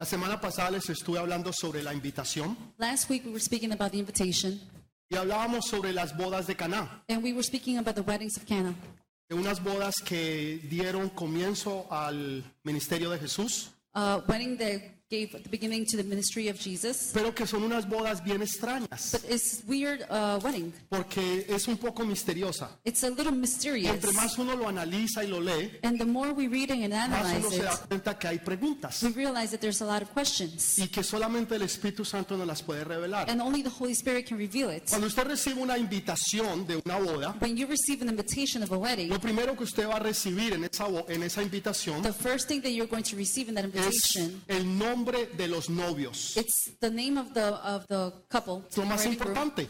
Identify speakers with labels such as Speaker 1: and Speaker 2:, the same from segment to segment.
Speaker 1: La semana pasada les estuve hablando sobre la invitación
Speaker 2: Last week we were speaking about the invitation,
Speaker 1: y hablábamos sobre las bodas de Caná,
Speaker 2: and we were speaking about the weddings of Cana,
Speaker 1: de unas bodas que dieron comienzo al ministerio de Jesús,
Speaker 2: a Uh, wedding that gave the beginning to the ministry of Jesus.
Speaker 1: pero que son unas bodas bien extrañas
Speaker 2: But it's weird uh, wedding.
Speaker 1: porque es un poco misteriosa.
Speaker 2: It's a little mysterious.
Speaker 1: Entre más uno lo analiza y lo lee,
Speaker 2: And the more we read it and
Speaker 1: más uno
Speaker 2: analyze
Speaker 1: se da
Speaker 2: it,
Speaker 1: cuenta que hay preguntas
Speaker 2: we realize that there's a lot of questions,
Speaker 1: y que solamente el Espíritu Santo nos las puede revelar.
Speaker 2: and only the Holy Spirit can reveal it.
Speaker 1: Cuando usted recibe una invitación de una boda,
Speaker 2: When you receive an invitation of a wedding,
Speaker 1: lo primero que usted va a recibir en esa, bo- en esa invitación
Speaker 2: the first thing that you're going to receive in that
Speaker 1: es
Speaker 2: invitation,
Speaker 1: el nombre de los novios.
Speaker 2: it's the name of the of the couple.
Speaker 1: Lo más
Speaker 2: bride and groom.
Speaker 1: importante,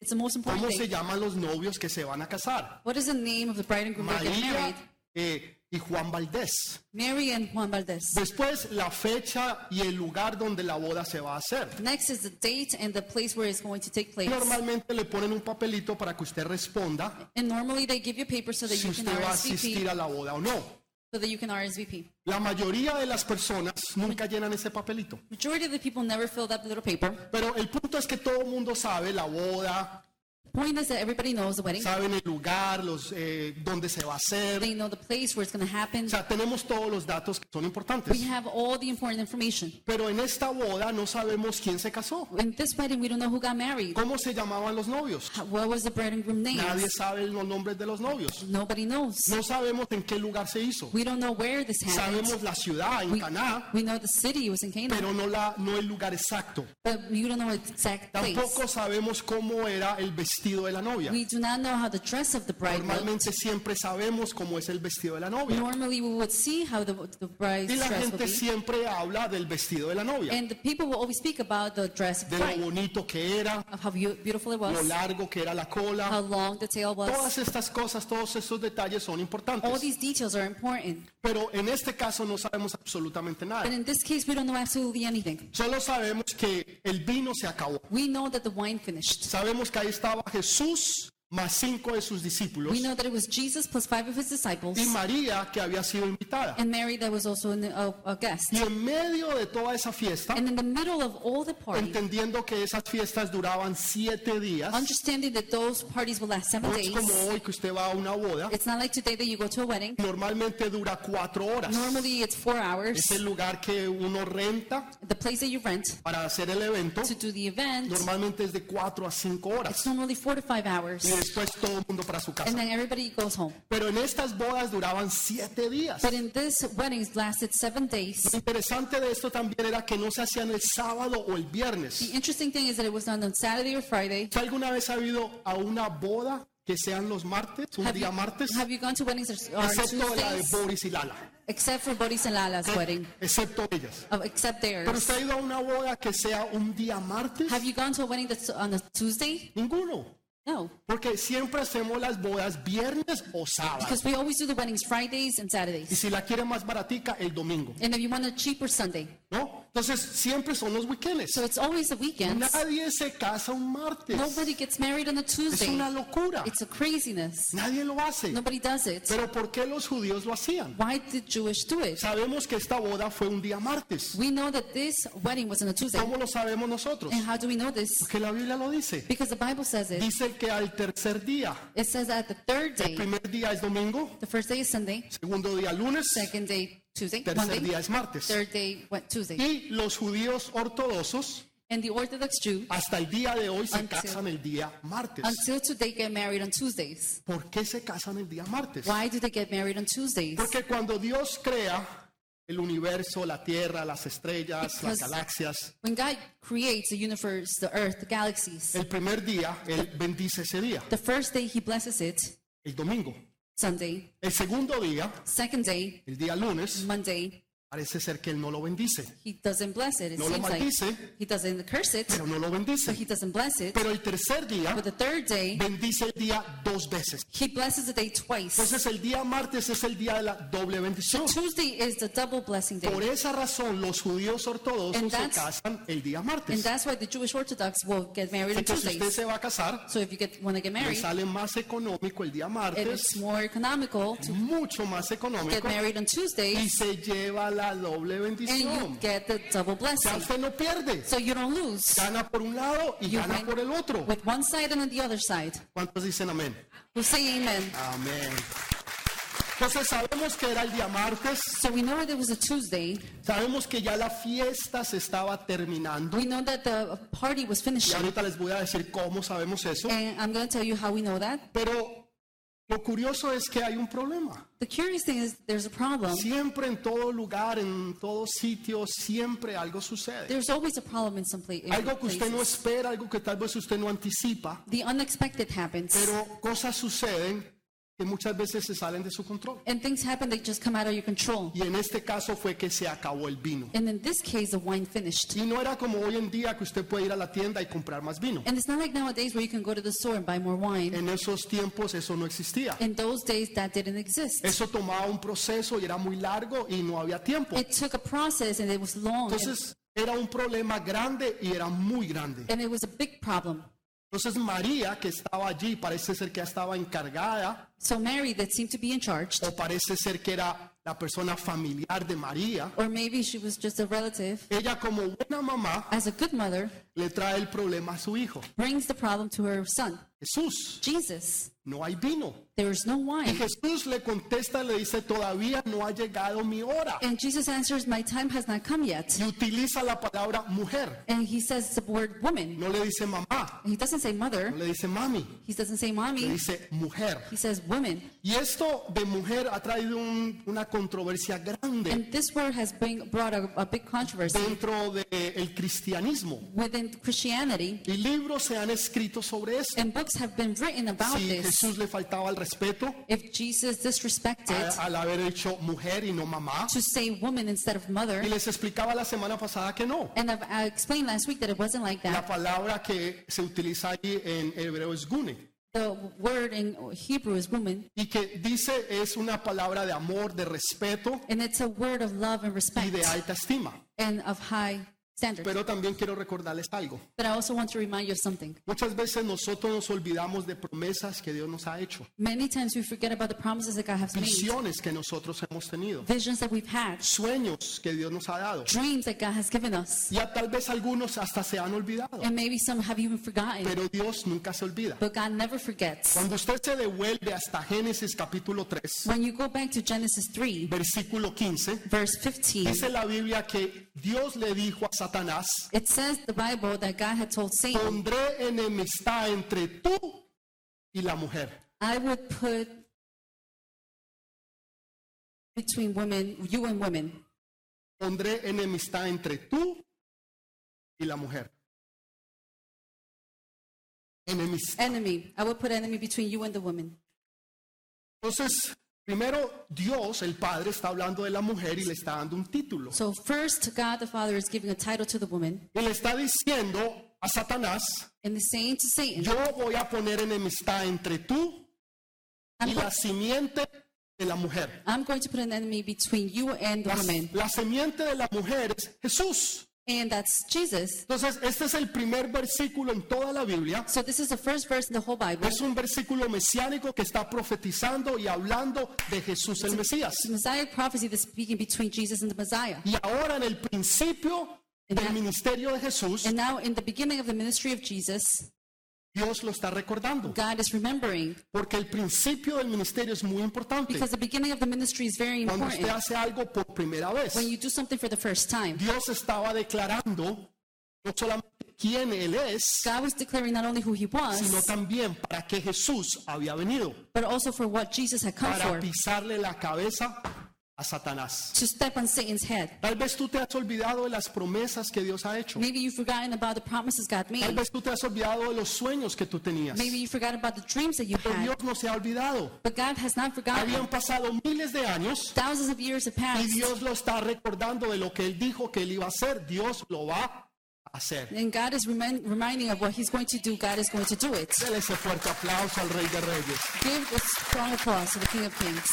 Speaker 2: It's the most important
Speaker 1: ¿cómo se
Speaker 2: thing.
Speaker 1: llaman los novios que se van a casar?
Speaker 2: What is the name of the bride and groom that get married?
Speaker 1: María eh, y Juan Valdés.
Speaker 2: Mary and Juan Valdez.
Speaker 1: Después, la fecha y el lugar donde la boda se va a hacer.
Speaker 2: Next is the date and the place where it's going to take place.
Speaker 1: Normalmente le ponen un papelito para que usted responda
Speaker 2: And normally they give you paper so that
Speaker 1: si
Speaker 2: you can
Speaker 1: usted va a
Speaker 2: RSVP.
Speaker 1: asistir a la boda o no.
Speaker 2: So that you can RSVP.
Speaker 1: La mayoría de las personas nunca llenan ese papelito.
Speaker 2: Majority of the people never fill that little paper.
Speaker 1: Pero el punto es que todo el mundo sabe la boda,
Speaker 2: Point is that everybody knows the wedding.
Speaker 1: saben el lugar, los, eh, dónde se va a hacer.
Speaker 2: They know the place where it's going to happen.
Speaker 1: O sea, tenemos todos los datos que son importantes.
Speaker 2: We have all the important information.
Speaker 1: Pero en esta boda no sabemos quién se casó.
Speaker 2: In this wedding, we don't know who got married.
Speaker 1: ¿Cómo se llamaban los novios?
Speaker 2: How- What was the bride and groom name?
Speaker 1: Nadie sabe los nombres de los novios.
Speaker 2: Nobody knows.
Speaker 1: No sabemos en qué lugar se hizo.
Speaker 2: We don't know where this happened.
Speaker 1: Sabemos la ciudad en
Speaker 2: We,
Speaker 1: Caná,
Speaker 2: we know the city was in Canaan,
Speaker 1: pero no, la, no el lugar exacto.
Speaker 2: but you don't know the exact place.
Speaker 1: Tampoco sabemos cómo era el vestido de la novia.
Speaker 2: We do not know how the dress of the bride looked.
Speaker 1: Normalmente siempre sabemos cómo es el vestido de la novia.
Speaker 2: Normally, we would see how the, the bride's
Speaker 1: Y la
Speaker 2: dress would
Speaker 1: gente
Speaker 2: be.
Speaker 1: siempre habla del vestido de la novia,
Speaker 2: And the people will always speak about the dress of the
Speaker 1: de lo
Speaker 2: bride,
Speaker 1: bonito que era,
Speaker 2: of how beau- beautiful it
Speaker 1: lo
Speaker 2: was,
Speaker 1: largo que era la cola.
Speaker 2: how long the tail was.
Speaker 1: Todas estas cosas, todos estos detalles son
Speaker 2: All
Speaker 1: importantes.
Speaker 2: these details are important.
Speaker 1: Pero en este caso no sabemos absolutamente
Speaker 2: But
Speaker 1: nada.
Speaker 2: in this case, we don't know absolutely anything.
Speaker 1: Solo sabemos que el vino se acabó.
Speaker 2: We know that the wine finished.
Speaker 1: Sabemos que ahí estaba Jesús más cinco de sus discípulos
Speaker 2: We know that it was Jesus plus five of his disciples
Speaker 1: y María que había sido invitada.
Speaker 2: and Mary that was also an, a, a guest.
Speaker 1: Y en medio de toda esa fiesta,
Speaker 2: And in the middle of all the party,
Speaker 1: entendiendo que esas fiestas duraban siete días,
Speaker 2: understanding that those parties will last seven
Speaker 1: no es
Speaker 2: days,
Speaker 1: como hoy que usted va a una boda,
Speaker 2: it's not like today that you go to a wedding.
Speaker 1: normalmente dura cuatro horas.
Speaker 2: Normally, it's four hours.
Speaker 1: Es el lugar que uno renta
Speaker 2: The place that you rent
Speaker 1: para hacer el evento,
Speaker 2: to do the event,
Speaker 1: normalmente es de cuatro a cinco horas.
Speaker 2: it's normally four to five hours.
Speaker 1: Y después todo el mundo para su casa.
Speaker 2: And then everybody goes home.
Speaker 1: Pero en estas bodas duraban siete días.
Speaker 2: But in this wedding, it lasted seven days.
Speaker 1: Lo interesante de esto también era que no se hacían el sábado o el
Speaker 2: The
Speaker 1: viernes.
Speaker 2: interesting thing is that it was done on Saturday or Friday.
Speaker 1: ¿Usted alguna vez ha ido a una boda que sean los martes, un
Speaker 2: Have
Speaker 1: día
Speaker 2: you,
Speaker 1: martes?
Speaker 2: have you gone to weddings or, or
Speaker 1: Excepto la de
Speaker 2: Tuesdays?
Speaker 1: Boris y Lala.
Speaker 2: Except for Boris and Lala's wedding.
Speaker 1: Excepto ellas.
Speaker 2: Oh, except
Speaker 1: ¿Pero
Speaker 2: theirs.
Speaker 1: usted ha ido a una boda que sea un día martes?
Speaker 2: Have you gone to a wedding that's on a Tuesday?
Speaker 1: Ninguno.
Speaker 2: No.
Speaker 1: Porque siempre hacemos las bodas viernes o sábado.
Speaker 2: Because we always do the weddings Fridays and
Speaker 1: Y
Speaker 2: Saturdays.
Speaker 1: si la quiere más baratica, el domingo.
Speaker 2: And if you want a cheaper Sunday.
Speaker 1: ¿No? Entonces siempre son los weekends.
Speaker 2: So it's always the weekends.
Speaker 1: Nadie se casa un martes.
Speaker 2: Nobody gets married on a
Speaker 1: Es
Speaker 2: Tuesday.
Speaker 1: una locura.
Speaker 2: It's a craziness.
Speaker 1: Nadie lo hace.
Speaker 2: Nobody does it.
Speaker 1: Pero ¿por qué los judíos lo hacían?
Speaker 2: Why did Jewish do it?
Speaker 1: Sabemos que esta boda fue un día martes.
Speaker 2: We know that this wedding was on a Tuesday.
Speaker 1: ¿Cómo lo sabemos nosotros?
Speaker 2: And how do we know this?
Speaker 1: Porque la Biblia lo dice.
Speaker 2: Because the Bible says it.
Speaker 1: Dice que al tercer día,
Speaker 2: It says that the third
Speaker 1: el
Speaker 2: day,
Speaker 1: primer día es domingo,
Speaker 2: the first day is Sunday,
Speaker 1: segundo día lunes,
Speaker 2: second day Tuesday,
Speaker 1: tercer
Speaker 2: Monday,
Speaker 1: día es martes.
Speaker 2: third day what, Tuesday.
Speaker 1: Y los judíos ortodoxos
Speaker 2: And the Orthodox Jew
Speaker 1: hasta el día de hoy se
Speaker 2: Until-
Speaker 1: casan el día martes.
Speaker 2: until today get married on Tuesdays.
Speaker 1: ¿Por qué se casan el día martes?
Speaker 2: Why do they get married on Tuesdays?
Speaker 1: Porque cuando Dios crea el universo, la tierra, las estrellas, las
Speaker 2: Because-
Speaker 1: galaxias,
Speaker 2: When God creates the universe, the earth, the galaxies,
Speaker 1: el primer día, Él bendice ese día,
Speaker 2: the first day he blesses it,
Speaker 1: el domingo.
Speaker 2: Sunday,
Speaker 1: El segundo día,
Speaker 2: second day,
Speaker 1: el día lunes,
Speaker 2: Monday,
Speaker 1: parece ser que Él no lo bendice,
Speaker 2: he doesn't bless it. It
Speaker 1: No lo
Speaker 2: seems like
Speaker 1: maldice.
Speaker 2: he doesn't curse it,
Speaker 1: pero no lo
Speaker 2: but
Speaker 1: bendice.
Speaker 2: he doesn't bless it.
Speaker 1: Pero el tercer día,
Speaker 2: But the third day,
Speaker 1: bendice el día dos veces.
Speaker 2: he blesses the day twice.
Speaker 1: Entonces el día martes es el día de la doble bendición.
Speaker 2: Tuesday is the double blessing
Speaker 1: Por
Speaker 2: day.
Speaker 1: esa razón los judíos ortodoxos
Speaker 2: And
Speaker 1: se
Speaker 2: that's-
Speaker 1: casan el día
Speaker 2: And
Speaker 1: martes.
Speaker 2: that's why the Jewish Orthodox will get married on
Speaker 1: Entonces si usted
Speaker 2: Tuesdays.
Speaker 1: se va a casar,
Speaker 2: So if you get want to get
Speaker 1: le
Speaker 2: married,
Speaker 1: sale más económico el día martes,
Speaker 2: it's more economical to
Speaker 1: mucho más
Speaker 2: get
Speaker 1: económico,
Speaker 2: married on Tuesdays.
Speaker 1: y se lleva la la doble
Speaker 2: and you
Speaker 1: bendición.
Speaker 2: get the double
Speaker 1: Ya
Speaker 2: blessing.
Speaker 1: usted no pierde.
Speaker 2: So you don't lose.
Speaker 1: Gana por un lado y
Speaker 2: You
Speaker 1: gana
Speaker 2: win
Speaker 1: por el otro.
Speaker 2: with one side and on the other side.
Speaker 1: ¿Cuántos dicen amén?
Speaker 2: We'll say amen.
Speaker 1: Amén. Entonces sabemos que era el día martes,
Speaker 2: So we know that it was a Tuesday.
Speaker 1: sabemos que ya la fiesta se estaba terminando
Speaker 2: We know that the party was
Speaker 1: y
Speaker 2: finishing.
Speaker 1: ahorita les voy a decir cómo sabemos eso,
Speaker 2: And I'm going to tell you how we know that.
Speaker 1: pero lo curioso es que hay un problema.
Speaker 2: The curious thing is there's a problem.
Speaker 1: Siempre en todo lugar, en todo sitio, siempre algo sucede.
Speaker 2: There's always a problem in some pla- in
Speaker 1: Algo que usted no
Speaker 2: places.
Speaker 1: espera, algo que tal vez usted no anticipa,
Speaker 2: The unexpected happens.
Speaker 1: pero cosas suceden que muchas veces se salen de su control.
Speaker 2: And things happen that just come out of your control.
Speaker 1: Y en este caso fue que se acabó el vino.
Speaker 2: And in this case, the wine finished.
Speaker 1: Y no era como hoy en día que usted puede ir a la tienda y comprar más vino.
Speaker 2: And it's not like nowadays where you can go to the store and buy more wine.
Speaker 1: En esos tiempos eso no existía.
Speaker 2: In those days, that didn't exist.
Speaker 1: Eso tomaba un proceso y era muy largo y no había tiempo.
Speaker 2: It took a process and it was long. And,
Speaker 1: Entonces era un problema grande y era muy grande.
Speaker 2: and it was a big problem.
Speaker 1: Entonces María, que estaba allí, parece ser que ya estaba encargada
Speaker 2: So Mary, that seemed to be in charge,
Speaker 1: o parece ser que era la persona familiar de María.
Speaker 2: or maybe she was just a relative,
Speaker 1: Ella como buena mamá
Speaker 2: as a good mother,
Speaker 1: le trae el problema a su hijo.
Speaker 2: brings the problem to her son,
Speaker 1: Jesús,
Speaker 2: Jesus.
Speaker 1: no hay vino.
Speaker 2: There is no
Speaker 1: Y
Speaker 2: wine.
Speaker 1: Jesús le contesta, le dice, todavía no ha llegado mi hora.
Speaker 2: And Jesus answers, My time has not come yet.
Speaker 1: y utiliza la palabra mujer.
Speaker 2: And he says the word woman.
Speaker 1: No le dice mamá,
Speaker 2: He doesn't say mother,
Speaker 1: no le dice mami,
Speaker 2: he doesn't say
Speaker 1: le
Speaker 2: mommy,
Speaker 1: dice mujer.
Speaker 2: he says woman.
Speaker 1: Y esto de mujer ha traído un- una controversia grande
Speaker 2: And this word has bring, brought a, a big controversy
Speaker 1: dentro del cristianismo.
Speaker 2: within Christianity.
Speaker 1: Y libros se han escrito sobre esto.
Speaker 2: And books have been written about
Speaker 1: Si
Speaker 2: this.
Speaker 1: Jesús le faltaba el respeto
Speaker 2: If Jesus disrespected
Speaker 1: a- al haber hecho mujer y no mamá,
Speaker 2: to say woman instead of mother,
Speaker 1: y les explicaba la semana pasada que no.
Speaker 2: and I've, I explained last week that it wasn't like
Speaker 1: La
Speaker 2: that.
Speaker 1: palabra que se utiliza ahí en hebreo es gune.
Speaker 2: The word in Hebrew is woman,
Speaker 1: Y que dice es una palabra de amor, de respeto
Speaker 2: and it's a word of love and
Speaker 1: y
Speaker 2: respect
Speaker 1: de alta estima.
Speaker 2: and of high standards.
Speaker 1: Pero también quiero recordarles algo.
Speaker 2: But I also want to remind you of something.
Speaker 1: Muchas veces nosotros nos olvidamos de promesas que Dios nos ha hecho,
Speaker 2: Many times we forget about the promises that God has made,
Speaker 1: visiones que nosotros hemos tenido,
Speaker 2: visions that we've had,
Speaker 1: sueños que Dios nos ha dado.
Speaker 2: dreams that God has given us.
Speaker 1: Ya tal vez algunos hasta se han olvidado,
Speaker 2: And maybe some have even forgotten,
Speaker 1: pero Dios nunca se olvida.
Speaker 2: but God never forgets.
Speaker 1: Cuando usted se devuelve hasta Génesis capítulo 3,
Speaker 2: When you go back to Genesis 3,
Speaker 1: versículo 15,
Speaker 2: verse 15,
Speaker 1: dice la Biblia que Dios le dijo a Satanás,
Speaker 2: it says the Bible that God had told Satan,
Speaker 1: pondré enemistad entre tú y la mujer.
Speaker 2: I would put between women, you and women,
Speaker 1: Pondré enemistad entre tú y la mujer. Enemistad.
Speaker 2: enemy. I would put enemy between you and the woman.
Speaker 1: Entonces, primero Dios, el Padre, está hablando de la mujer y le está dando un título.
Speaker 2: So first, God the Father is giving a title to the woman,
Speaker 1: Y le está diciendo a Satanás,
Speaker 2: and the saying to Satan,
Speaker 1: yo voy a poner enemistad entre tú y
Speaker 2: I'm,
Speaker 1: la simiente de la mujer.
Speaker 2: I'm going to put an enemy between you and the
Speaker 1: La,
Speaker 2: woman,
Speaker 1: la simiente de la mujer es Jesús.
Speaker 2: and that's Jesus.
Speaker 1: Entonces, este es el primer versículo en toda la Biblia.
Speaker 2: So this is the first verse in the whole Bible.
Speaker 1: Es un versículo mesiánico que está profetizando y hablando de Jesús el Mesías.
Speaker 2: It's a Messiah prophecy that's speaking between Jesus and the Messiah.
Speaker 1: Y ahora en el principio del ministerio de Jesús,
Speaker 2: And now, in the beginning of the ministry of Jesus,
Speaker 1: Dios lo está recordando.
Speaker 2: God is remembering
Speaker 1: Porque el principio del ministerio es muy importante.
Speaker 2: because the beginning of the ministry is very
Speaker 1: Cuando usted
Speaker 2: important.
Speaker 1: hace algo por primera vez,
Speaker 2: When you do something for the first time,
Speaker 1: Dios estaba declarando no solamente quién Él es,
Speaker 2: God was declaring not only who He
Speaker 1: sino
Speaker 2: was,
Speaker 1: también para qué Jesús había venido,
Speaker 2: but also for what Jesus had come
Speaker 1: para
Speaker 2: for
Speaker 1: pisarle la cabeza a Satanás.
Speaker 2: to step on Satan's head.
Speaker 1: Tal vez tú te has olvidado de las promesas que Dios ha hecho.
Speaker 2: Maybe you've forgotten about the promises God
Speaker 1: Tal
Speaker 2: made.
Speaker 1: vez tú te has olvidado de los sueños que tú tenías.
Speaker 2: Maybe you forgot about the dreams that you
Speaker 1: Pero
Speaker 2: had.
Speaker 1: Dios no se ha olvidado.
Speaker 2: But God has not forgotten.
Speaker 1: Habían pasado miles de años
Speaker 2: Thousands of years have
Speaker 1: y
Speaker 2: passed,
Speaker 1: Dios lo está recordando de lo que Él dijo que Él iba a hacer. Dios lo va a hacer.
Speaker 2: and God is remind, reminding of what He's going to do. God is going to do it.
Speaker 1: Dele ese fuerte aplauso al Rey de Reyes.
Speaker 2: Give a strong applause to the King of Kings.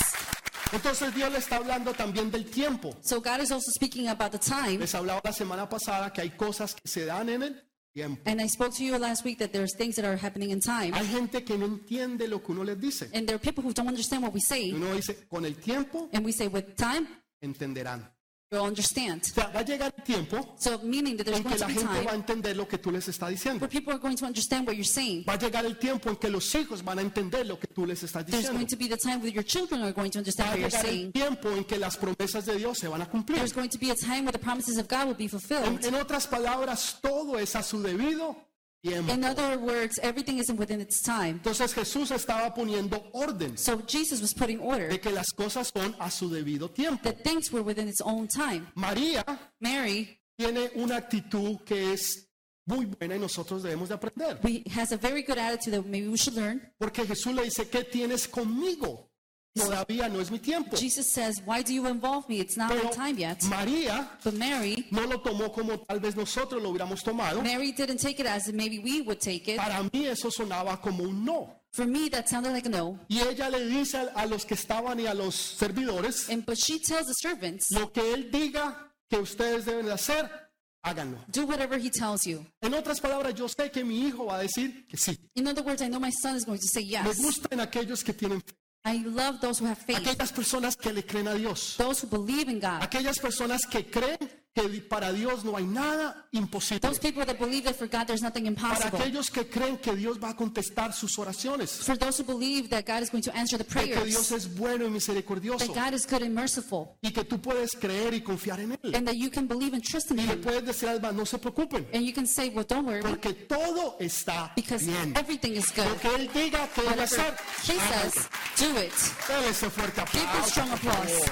Speaker 1: Entonces Dios le está hablando también del tiempo.
Speaker 2: So God is also speaking about the time,
Speaker 1: Les hablaba la semana pasada que hay cosas que se dan en el tiempo.
Speaker 2: and I spoke to you last week that there's things that are happening in time,
Speaker 1: Hay gente que no entiende lo que uno les dice.
Speaker 2: and there are people who don't understand what we
Speaker 1: Y
Speaker 2: say,
Speaker 1: uno dice, con el tiempo
Speaker 2: and we say with time
Speaker 1: entenderán.
Speaker 2: you'll understand.
Speaker 1: O sea, va a llegar el tiempo
Speaker 2: So meaning that there's
Speaker 1: en
Speaker 2: going
Speaker 1: que la
Speaker 2: to be
Speaker 1: gente va a
Speaker 2: time
Speaker 1: entender lo que tú les estás diciendo.
Speaker 2: where people are going to understand what you're saying.
Speaker 1: Va a llegar el tiempo en que los hijos van a entender lo que tú les estás
Speaker 2: There's going
Speaker 1: diciendo.
Speaker 2: to be the time where your children are going to understand
Speaker 1: Va a
Speaker 2: what you're
Speaker 1: llegar el
Speaker 2: saying.
Speaker 1: tiempo en que las promesas de Dios se van a cumplir.
Speaker 2: There's going to be a time where the promises of God will be
Speaker 1: En,
Speaker 2: fulfilled.
Speaker 1: en otras palabras, todo es a su debido tiempo.
Speaker 2: In other words, everything is within its time.
Speaker 1: Entonces Jesús estaba poniendo orden
Speaker 2: So Jesus was putting order
Speaker 1: de que las cosas son a su debido tiempo.
Speaker 2: that things were within its own time.
Speaker 1: María
Speaker 2: Mary
Speaker 1: tiene una actitud que es muy buena y nosotros debemos de aprender.
Speaker 2: we, has a very good attitude that maybe we should learn.
Speaker 1: Porque Jesús le dice, ¿qué tienes conmigo? Todavía no es mi tiempo.
Speaker 2: Jesus says, Why do you involve me? It's not my
Speaker 1: Pero
Speaker 2: time yet.
Speaker 1: María
Speaker 2: But Mary,
Speaker 1: no lo tomó como tal vez nosotros lo hubiéramos tomado.
Speaker 2: Mary didn't take it as maybe we would take it.
Speaker 1: Para mí eso sonaba como un no.
Speaker 2: For me, that sounded like a no.
Speaker 1: Y ella le dice a- a los que estaban y a los servidores,
Speaker 2: And but she tells the servants,
Speaker 1: lo que él diga que ustedes deben de hacer, háganlo.
Speaker 2: Do whatever he tells you.
Speaker 1: En otras palabras, yo sé que mi hijo va a decir que sí.
Speaker 2: In other words, I know my son is going to say
Speaker 1: Me
Speaker 2: yes.
Speaker 1: gustan aquellos que tienen fe,
Speaker 2: I love those who have faith,
Speaker 1: aquellas personas que le creen a Dios,
Speaker 2: those who believe in God,
Speaker 1: aquellas personas que creen que di- para Dios no hay nada imposible,
Speaker 2: those people that believe that for God there's nothing
Speaker 1: para
Speaker 2: impossible,
Speaker 1: aquellos que creen que Dios va a contestar sus oraciones,
Speaker 2: for those who believe that God is going to answer the
Speaker 1: de que Dios
Speaker 2: prayers,
Speaker 1: es bueno y misericordioso
Speaker 2: that God is good and merciful,
Speaker 1: y que tú puedes creer y confiar en Él.
Speaker 2: and that you can believe and trust in
Speaker 1: Y le
Speaker 2: Him.
Speaker 1: puedes decir, Alba, no se preocupen,
Speaker 2: And you can say, Well, don't worry,
Speaker 1: porque todo está
Speaker 2: because
Speaker 1: bien.
Speaker 2: everything is good.
Speaker 1: Lo que Él diga que debe
Speaker 2: Whatever
Speaker 1: hacer,
Speaker 2: He
Speaker 1: hágalo.
Speaker 2: says, do it.
Speaker 1: Dale ese fuerte
Speaker 2: Give them
Speaker 1: aplauso.
Speaker 2: strong
Speaker 1: por favor.
Speaker 2: applause.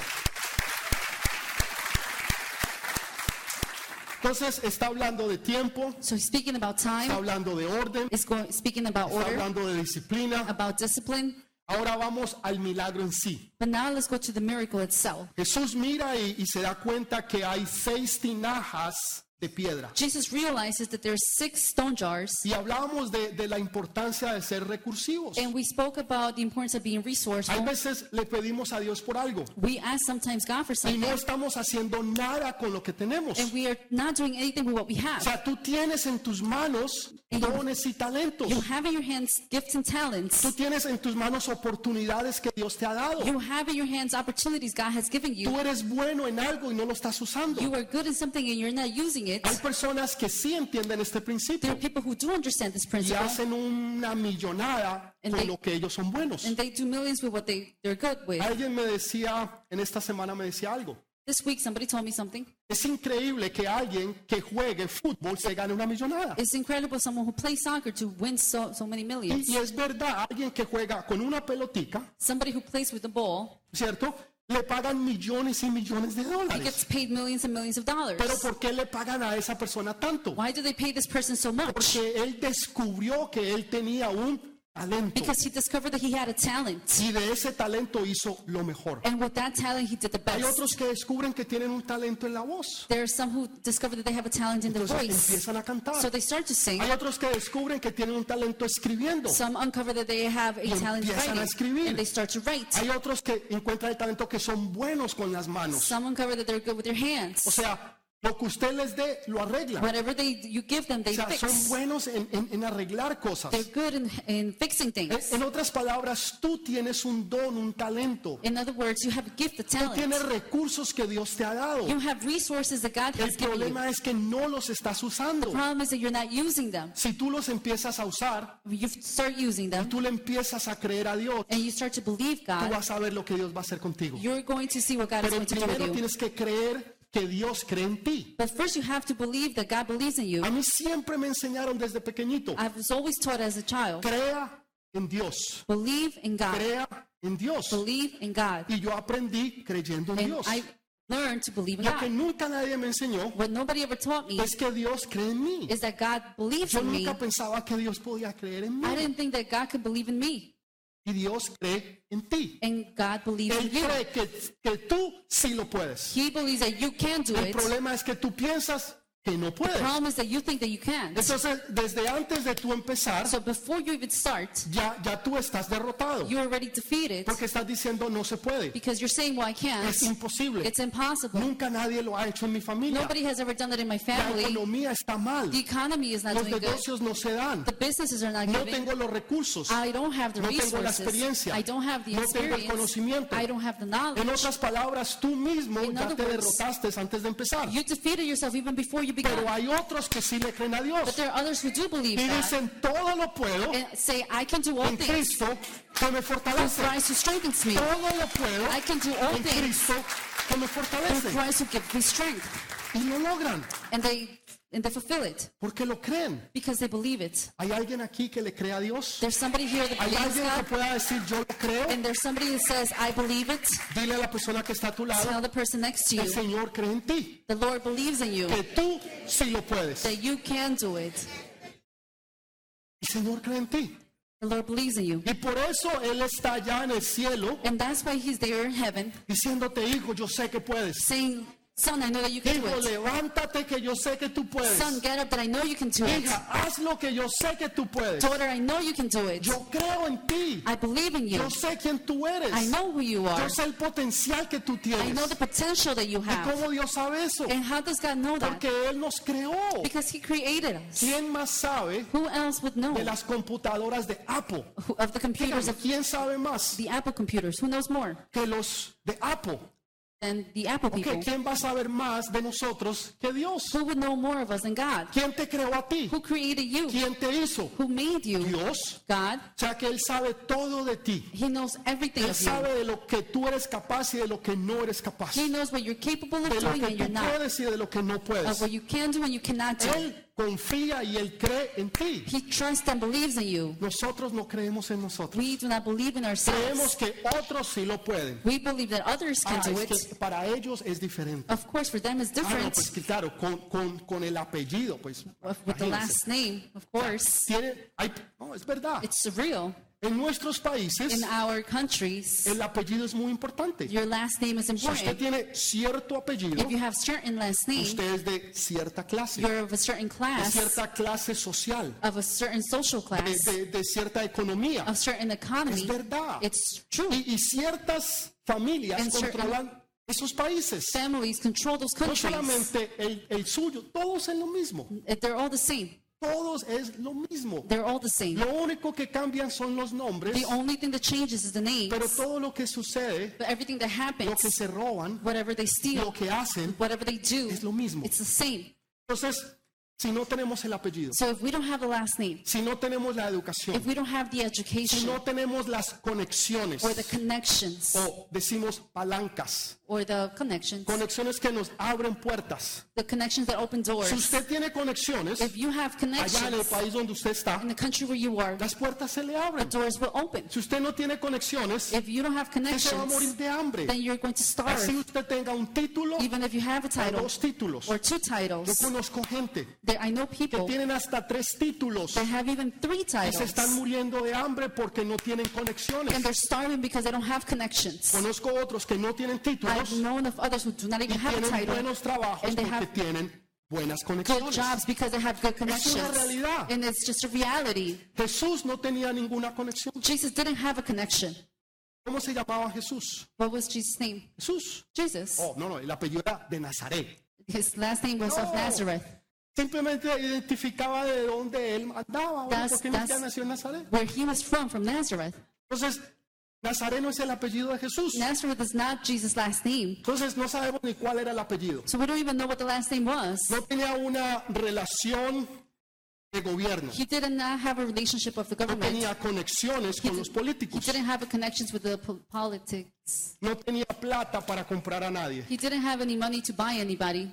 Speaker 1: Entonces está hablando de tiempo,
Speaker 2: So he's speaking about
Speaker 1: está
Speaker 2: time,
Speaker 1: hablando de orden,
Speaker 2: is going, speaking about
Speaker 1: está
Speaker 2: order,
Speaker 1: hablando de disciplina.
Speaker 2: about discipline.
Speaker 1: Ahora vamos al milagro en sí.
Speaker 2: But now let's go to the miracle itself.
Speaker 1: Jesús mira y, y se da cuenta que hay seis tinajas de piedra.
Speaker 2: Jesus realizes that there's six stone jars,
Speaker 1: Y hablábamos de, de la importancia de ser recursivos.
Speaker 2: and we spoke about the importance of being
Speaker 1: Hay
Speaker 2: resourceful.
Speaker 1: veces le pedimos a Dios por algo
Speaker 2: We ask sometimes God for
Speaker 1: y no
Speaker 2: something,
Speaker 1: estamos haciendo nada con lo que tenemos.
Speaker 2: and we are not doing anything with what we
Speaker 1: O
Speaker 2: have.
Speaker 1: sea, tú tienes en tus manos dones y talentos.
Speaker 2: You have in your hands gifts and talents.
Speaker 1: Tú tienes en tus manos oportunidades que Dios te ha dado.
Speaker 2: You have in your hands opportunities God has given you.
Speaker 1: Tú eres bueno en algo y no lo estás usando.
Speaker 2: You are good in something and you're not using it.
Speaker 1: Hay personas que sí entienden este
Speaker 2: There are
Speaker 1: principio
Speaker 2: people who do understand this
Speaker 1: y
Speaker 2: principle,
Speaker 1: hacen una millonada con lo que ellos son buenos.
Speaker 2: and they do millions with what they, they're good with.
Speaker 1: Alguien me decía, en esta semana me decía algo.
Speaker 2: This week, somebody told me something.
Speaker 1: Es increíble que alguien que juegue fútbol se gane una millonada.
Speaker 2: It's incredible someone who plays soccer to win so, so many millions.
Speaker 1: Y, y es verdad, alguien que juega con una pelotica,
Speaker 2: Somebody who plays with the ball
Speaker 1: ¿cierto? Le pagan millones y millones de
Speaker 2: he
Speaker 1: dólares.
Speaker 2: gets paid millions and millions of dollars.
Speaker 1: Pero ¿por qué le pagan a esa persona tanto?
Speaker 2: Why do they pay this person so much?
Speaker 1: Porque él descubrió que él tenía un talento
Speaker 2: Because he discovered that he had a talent.
Speaker 1: y de ese talento hizo lo mejor.
Speaker 2: And with that talent, he did the
Speaker 1: Hay
Speaker 2: best.
Speaker 1: otros que descubren que tienen un talento en la voz,
Speaker 2: There are some who discover that they have a talent in their
Speaker 1: entonces
Speaker 2: voice.
Speaker 1: empiezan a
Speaker 2: So
Speaker 1: cantar.
Speaker 2: they start to sing.
Speaker 1: Hay otros que descubren que tienen un talento escribiendo.
Speaker 2: Some uncover that they have a
Speaker 1: Y
Speaker 2: talent in
Speaker 1: empiezan a
Speaker 2: writing.
Speaker 1: escribir.
Speaker 2: And they start to write.
Speaker 1: Hay otros que encuentran el talento que son buenos con las manos.
Speaker 2: Some uncover that they're good with their
Speaker 1: O
Speaker 2: hands.
Speaker 1: sea, lo que usted les dé lo arregla.
Speaker 2: Whatever they you give them,
Speaker 1: O
Speaker 2: they
Speaker 1: sea, son
Speaker 2: fix.
Speaker 1: buenos en, en- en arreglar cosas.
Speaker 2: They're good in, in fixing
Speaker 1: En,
Speaker 2: things.
Speaker 1: en otras palabras, tú tienes un don, un talento.
Speaker 2: In other words, you have a gift, a
Speaker 1: Tú
Speaker 2: talent.
Speaker 1: tienes recursos que Dios te ha dado.
Speaker 2: You have resources that God
Speaker 1: El
Speaker 2: has given you.
Speaker 1: problema es que no los estás usando.
Speaker 2: The problem is that you're not using them.
Speaker 1: Si tú los empiezas a usar,
Speaker 2: You start using them
Speaker 1: tú le empiezas a creer a Dios,
Speaker 2: and you start to believe
Speaker 1: tú
Speaker 2: God.
Speaker 1: vas a ver lo que Dios va a hacer contigo.
Speaker 2: You're going to see what God is
Speaker 1: Pero
Speaker 2: going to do with
Speaker 1: primero
Speaker 2: you.
Speaker 1: tienes que creer que Dios cree en ti.
Speaker 2: But first, you have to believe that God believes in you.
Speaker 1: A mí siempre me enseñaron desde pequeñito,
Speaker 2: I was always taught as a child
Speaker 1: crea en Dios,
Speaker 2: believe in God,
Speaker 1: crea en Dios.
Speaker 2: believe in God.
Speaker 1: Y yo aprendí creyendo en
Speaker 2: And
Speaker 1: Dios.
Speaker 2: I learned to believe in
Speaker 1: Lo que
Speaker 2: God.
Speaker 1: nunca nadie me enseñó
Speaker 2: What nobody ever taught me
Speaker 1: es que Dios cree en mí.
Speaker 2: is that God believes
Speaker 1: Yo
Speaker 2: in me.
Speaker 1: nunca pensaba que Dios podía creer en
Speaker 2: I
Speaker 1: mí.
Speaker 2: didn't think that God could believe in me.
Speaker 1: Y Dios cree en ti.
Speaker 2: And God believes
Speaker 1: Él
Speaker 2: in you.
Speaker 1: cree que, que tú sí lo puedes.
Speaker 2: He believes that you can do
Speaker 1: El
Speaker 2: it.
Speaker 1: problema es que tú piensas que no puedes.
Speaker 2: Problem is that you think that you can.
Speaker 1: Entonces, desde antes de tú empezar,
Speaker 2: So before you even start,
Speaker 1: ya, ya tú estás derrotado.
Speaker 2: you're already defeated
Speaker 1: Porque estás diciendo no se puede.
Speaker 2: because you're saying, well, I can't.
Speaker 1: Es imposible.
Speaker 2: It's impossible.
Speaker 1: Nunca nadie lo ha hecho en mi familia.
Speaker 2: Nobody has ever done that in my
Speaker 1: La
Speaker 2: family.
Speaker 1: economía está mal.
Speaker 2: The economy is not
Speaker 1: Los
Speaker 2: doing good.
Speaker 1: negocios no se dan.
Speaker 2: The businesses are not
Speaker 1: No
Speaker 2: giving.
Speaker 1: tengo los recursos.
Speaker 2: I don't have the
Speaker 1: No tengo la
Speaker 2: resources.
Speaker 1: experiencia.
Speaker 2: I don't have the
Speaker 1: No tengo el
Speaker 2: experience.
Speaker 1: conocimiento.
Speaker 2: I don't have the knowledge.
Speaker 1: En otras palabras, tú mismo
Speaker 2: In
Speaker 1: ya
Speaker 2: other
Speaker 1: te
Speaker 2: words,
Speaker 1: derrotaste antes de empezar.
Speaker 2: You defeated yourself even before you
Speaker 1: Pero
Speaker 2: began.
Speaker 1: hay otros que sí le creen a
Speaker 2: But
Speaker 1: Dios
Speaker 2: there are others who do believe
Speaker 1: y
Speaker 2: that
Speaker 1: dicen todo lo puedo
Speaker 2: and say, I can do all
Speaker 1: en
Speaker 2: things
Speaker 1: Cristo que me
Speaker 2: through
Speaker 1: fortalece.
Speaker 2: Christ who strengthens me.
Speaker 1: Todo lo puedo
Speaker 2: I can do all
Speaker 1: en
Speaker 2: things
Speaker 1: Cristo que me
Speaker 2: through
Speaker 1: fortalece.
Speaker 2: Christ who gives me strength.
Speaker 1: Y lo logran
Speaker 2: And they and they fulfill it
Speaker 1: porque lo creen.
Speaker 2: because they believe it.
Speaker 1: ¿Hay alguien aquí que le cree a Dios?
Speaker 2: There's somebody here that
Speaker 1: ¿Hay
Speaker 2: believes
Speaker 1: alguien que
Speaker 2: God,
Speaker 1: pueda decir yo lo creo?
Speaker 2: and there's somebody that says, I believe it.
Speaker 1: Dile a la persona que está a tu lado,
Speaker 2: Tell the person next to
Speaker 1: el
Speaker 2: you,
Speaker 1: Señor cree en ti,
Speaker 2: the Lord believes in you,
Speaker 1: que tú sí lo puedes.
Speaker 2: that you can do it.
Speaker 1: El Señor cree en ti.
Speaker 2: The Lord believes in you.
Speaker 1: Y por eso Él está allá en el cielo
Speaker 2: And that's why he's there in heaven
Speaker 1: diciéndote, hijo, yo sé que puedes.
Speaker 2: saying, Son, I know that you can do
Speaker 1: Hijo,
Speaker 2: it.
Speaker 1: levántate que yo sé que tú puedes.
Speaker 2: Son, get up that I know you can do it.
Speaker 1: Hija, haz lo que yo sé que tú puedes.
Speaker 2: Daughter, I know you can do it.
Speaker 1: Yo creo en ti.
Speaker 2: I believe in you.
Speaker 1: Yo sé quién tú
Speaker 2: I
Speaker 1: eres.
Speaker 2: know who you are.
Speaker 1: Yo sé el potencial que tú
Speaker 2: I know
Speaker 1: tienes.
Speaker 2: the potential that you
Speaker 1: ¿Y
Speaker 2: have.
Speaker 1: cómo Dios sabe eso?
Speaker 2: And how does God know that?
Speaker 1: Porque Él nos creó.
Speaker 2: Because He created us.
Speaker 1: ¿Quién más sabe
Speaker 2: Who else would know
Speaker 1: de las computadoras de Apple?
Speaker 2: who- of the computers, of
Speaker 1: ¿Quién sabe más
Speaker 2: the Apple computers? Who knows more
Speaker 1: que los de Apple?
Speaker 2: than the Apple
Speaker 1: Ok,
Speaker 2: people?
Speaker 1: ¿Quién va a saber más de nosotros que Dios?
Speaker 2: Who would know more of us than God?
Speaker 1: ¿Quién te creó a ti?
Speaker 2: Who created you?
Speaker 1: ¿Quién te hizo?
Speaker 2: Who made you?
Speaker 1: Dios.
Speaker 2: God.
Speaker 1: O sea que Él sabe todo de ti.
Speaker 2: He knows everything
Speaker 1: Él
Speaker 2: of you.
Speaker 1: sabe de lo que tú eres capaz y de lo que no eres capaz.
Speaker 2: He
Speaker 1: De
Speaker 2: knows what you're capable of
Speaker 1: lo
Speaker 2: doing
Speaker 1: que
Speaker 2: and you're
Speaker 1: tú
Speaker 2: not.
Speaker 1: puedes y de lo que no
Speaker 2: Of
Speaker 1: puedes.
Speaker 2: what you can do and you cannot do.
Speaker 1: Él confía y Él cree en ti.
Speaker 2: He trusts and believes in you.
Speaker 1: Nosotros no creemos en nosotros.
Speaker 2: We do not believe in
Speaker 1: Creemos
Speaker 2: ourselves.
Speaker 1: que otros sí lo pueden.
Speaker 2: We believe that others can
Speaker 1: Ah,
Speaker 2: do
Speaker 1: es
Speaker 2: it.
Speaker 1: que para ellos es diferente.
Speaker 2: Of course, for them it's
Speaker 1: Ah, no,
Speaker 2: different.
Speaker 1: pues que claro, con, con- con el apellido, pues.
Speaker 2: Of- with the
Speaker 1: imagínense.
Speaker 2: last name, of course.
Speaker 1: Tiene- hay- no, es verdad.
Speaker 2: It's surreal.
Speaker 1: En nuestros países,
Speaker 2: In our countries,
Speaker 1: el apellido es muy importante.
Speaker 2: your last name is
Speaker 1: Si usted
Speaker 2: important.
Speaker 1: tiene cierto apellido,
Speaker 2: If you have certain last name,
Speaker 1: usted es de cierta clase,
Speaker 2: you're of a certain
Speaker 1: de
Speaker 2: class,
Speaker 1: cierta clase social,
Speaker 2: of a certain social
Speaker 1: de,
Speaker 2: class,
Speaker 1: de- de cierta economía.
Speaker 2: of certain
Speaker 1: Es
Speaker 2: economy.
Speaker 1: verdad.
Speaker 2: It's true.
Speaker 1: Y, y ciertas familias
Speaker 2: And certain-
Speaker 1: controlan esos países.
Speaker 2: Families control those
Speaker 1: No
Speaker 2: countries.
Speaker 1: solamente el, el suyo, todos es lo mismo.
Speaker 2: They're all the same.
Speaker 1: Todos es lo mismo.
Speaker 2: They're all the same.
Speaker 1: Lo único que cambian son los nombres,
Speaker 2: The only thing that changes is the name.
Speaker 1: pero
Speaker 2: But
Speaker 1: todo lo que sucede,
Speaker 2: everything that
Speaker 1: lo que
Speaker 2: happens,
Speaker 1: se roban,
Speaker 2: whatever they
Speaker 1: lo
Speaker 2: steal,
Speaker 1: que hacen,
Speaker 2: whatever they do,
Speaker 1: es lo mismo.
Speaker 2: it's the same.
Speaker 1: Entonces, si no tenemos el apellido,
Speaker 2: So if we don't have a last name,
Speaker 1: si no tenemos la educación,
Speaker 2: if we don't have the
Speaker 1: si
Speaker 2: education
Speaker 1: no tenemos las conexiones,
Speaker 2: or the connections,
Speaker 1: o decimos palancas,
Speaker 2: or the connections,
Speaker 1: conexiones que nos abren puertas.
Speaker 2: the connections that open
Speaker 1: Si
Speaker 2: doors.
Speaker 1: usted tiene conexiones,
Speaker 2: If you have
Speaker 1: allá en el
Speaker 2: connections
Speaker 1: país donde usted está,
Speaker 2: in the country where you are,
Speaker 1: las puertas se le abren.
Speaker 2: doors will open.
Speaker 1: Si usted no tiene conexiones,
Speaker 2: If you don't have
Speaker 1: usted se va a morir
Speaker 2: connections,
Speaker 1: de hambre.
Speaker 2: then you're going to
Speaker 1: Así
Speaker 2: starve,
Speaker 1: usted tenga un título
Speaker 2: even if you have a
Speaker 1: o
Speaker 2: title
Speaker 1: dos títulos.
Speaker 2: or two
Speaker 1: Yo
Speaker 2: titles.
Speaker 1: conozco gente
Speaker 2: There, I know
Speaker 1: que
Speaker 2: people
Speaker 1: tienen hasta tres títulos
Speaker 2: that have even three
Speaker 1: y se
Speaker 2: titles,
Speaker 1: están muriendo de hambre porque no tienen conexiones.
Speaker 2: and they're starving because they don't have connections.
Speaker 1: Conozco otros que no tienen
Speaker 2: I've
Speaker 1: títulos
Speaker 2: known of others who do not
Speaker 1: y
Speaker 2: even have a
Speaker 1: tienen
Speaker 2: title,
Speaker 1: buenos trabajos
Speaker 2: and they
Speaker 1: porque
Speaker 2: have
Speaker 1: tienen buenas
Speaker 2: good
Speaker 1: conexiones.
Speaker 2: jobs because they have good connections,
Speaker 1: realidad.
Speaker 2: and it's just a reality.
Speaker 1: Jesús no tenía ninguna conexión.
Speaker 2: Jesus didn't have a connection.
Speaker 1: ¿Cómo se llamaba Jesús?
Speaker 2: What was Jesus' name?
Speaker 1: Jesús.
Speaker 2: Jesus.
Speaker 1: Oh, no, no, el apellido era de Nazaret.
Speaker 2: His last name was
Speaker 1: No.
Speaker 2: of Nazareth,
Speaker 1: Simplemente identificaba de dónde él andaba. Bueno,
Speaker 2: Das-
Speaker 1: ¿Por qué no
Speaker 2: das-
Speaker 1: ya nació en Nazaret?
Speaker 2: where he was from, from Nazareth.
Speaker 1: Entonces, Nazaret no es el apellido de Jesús.
Speaker 2: Nazareth is not Jesus' last name.
Speaker 1: Entonces, no sabemos ni cuál era el apellido.
Speaker 2: So we don't even know what the last name was.
Speaker 1: no tenía una relación de gobierno,
Speaker 2: He did not have a relationship of the
Speaker 1: no
Speaker 2: government.
Speaker 1: tenía conexiones
Speaker 2: He,
Speaker 1: con los
Speaker 2: did,
Speaker 1: políticos,
Speaker 2: not have a connections with the po- politics.
Speaker 1: no tenía plata para comprar a nadie,
Speaker 2: He didn't have any money to buy anybody.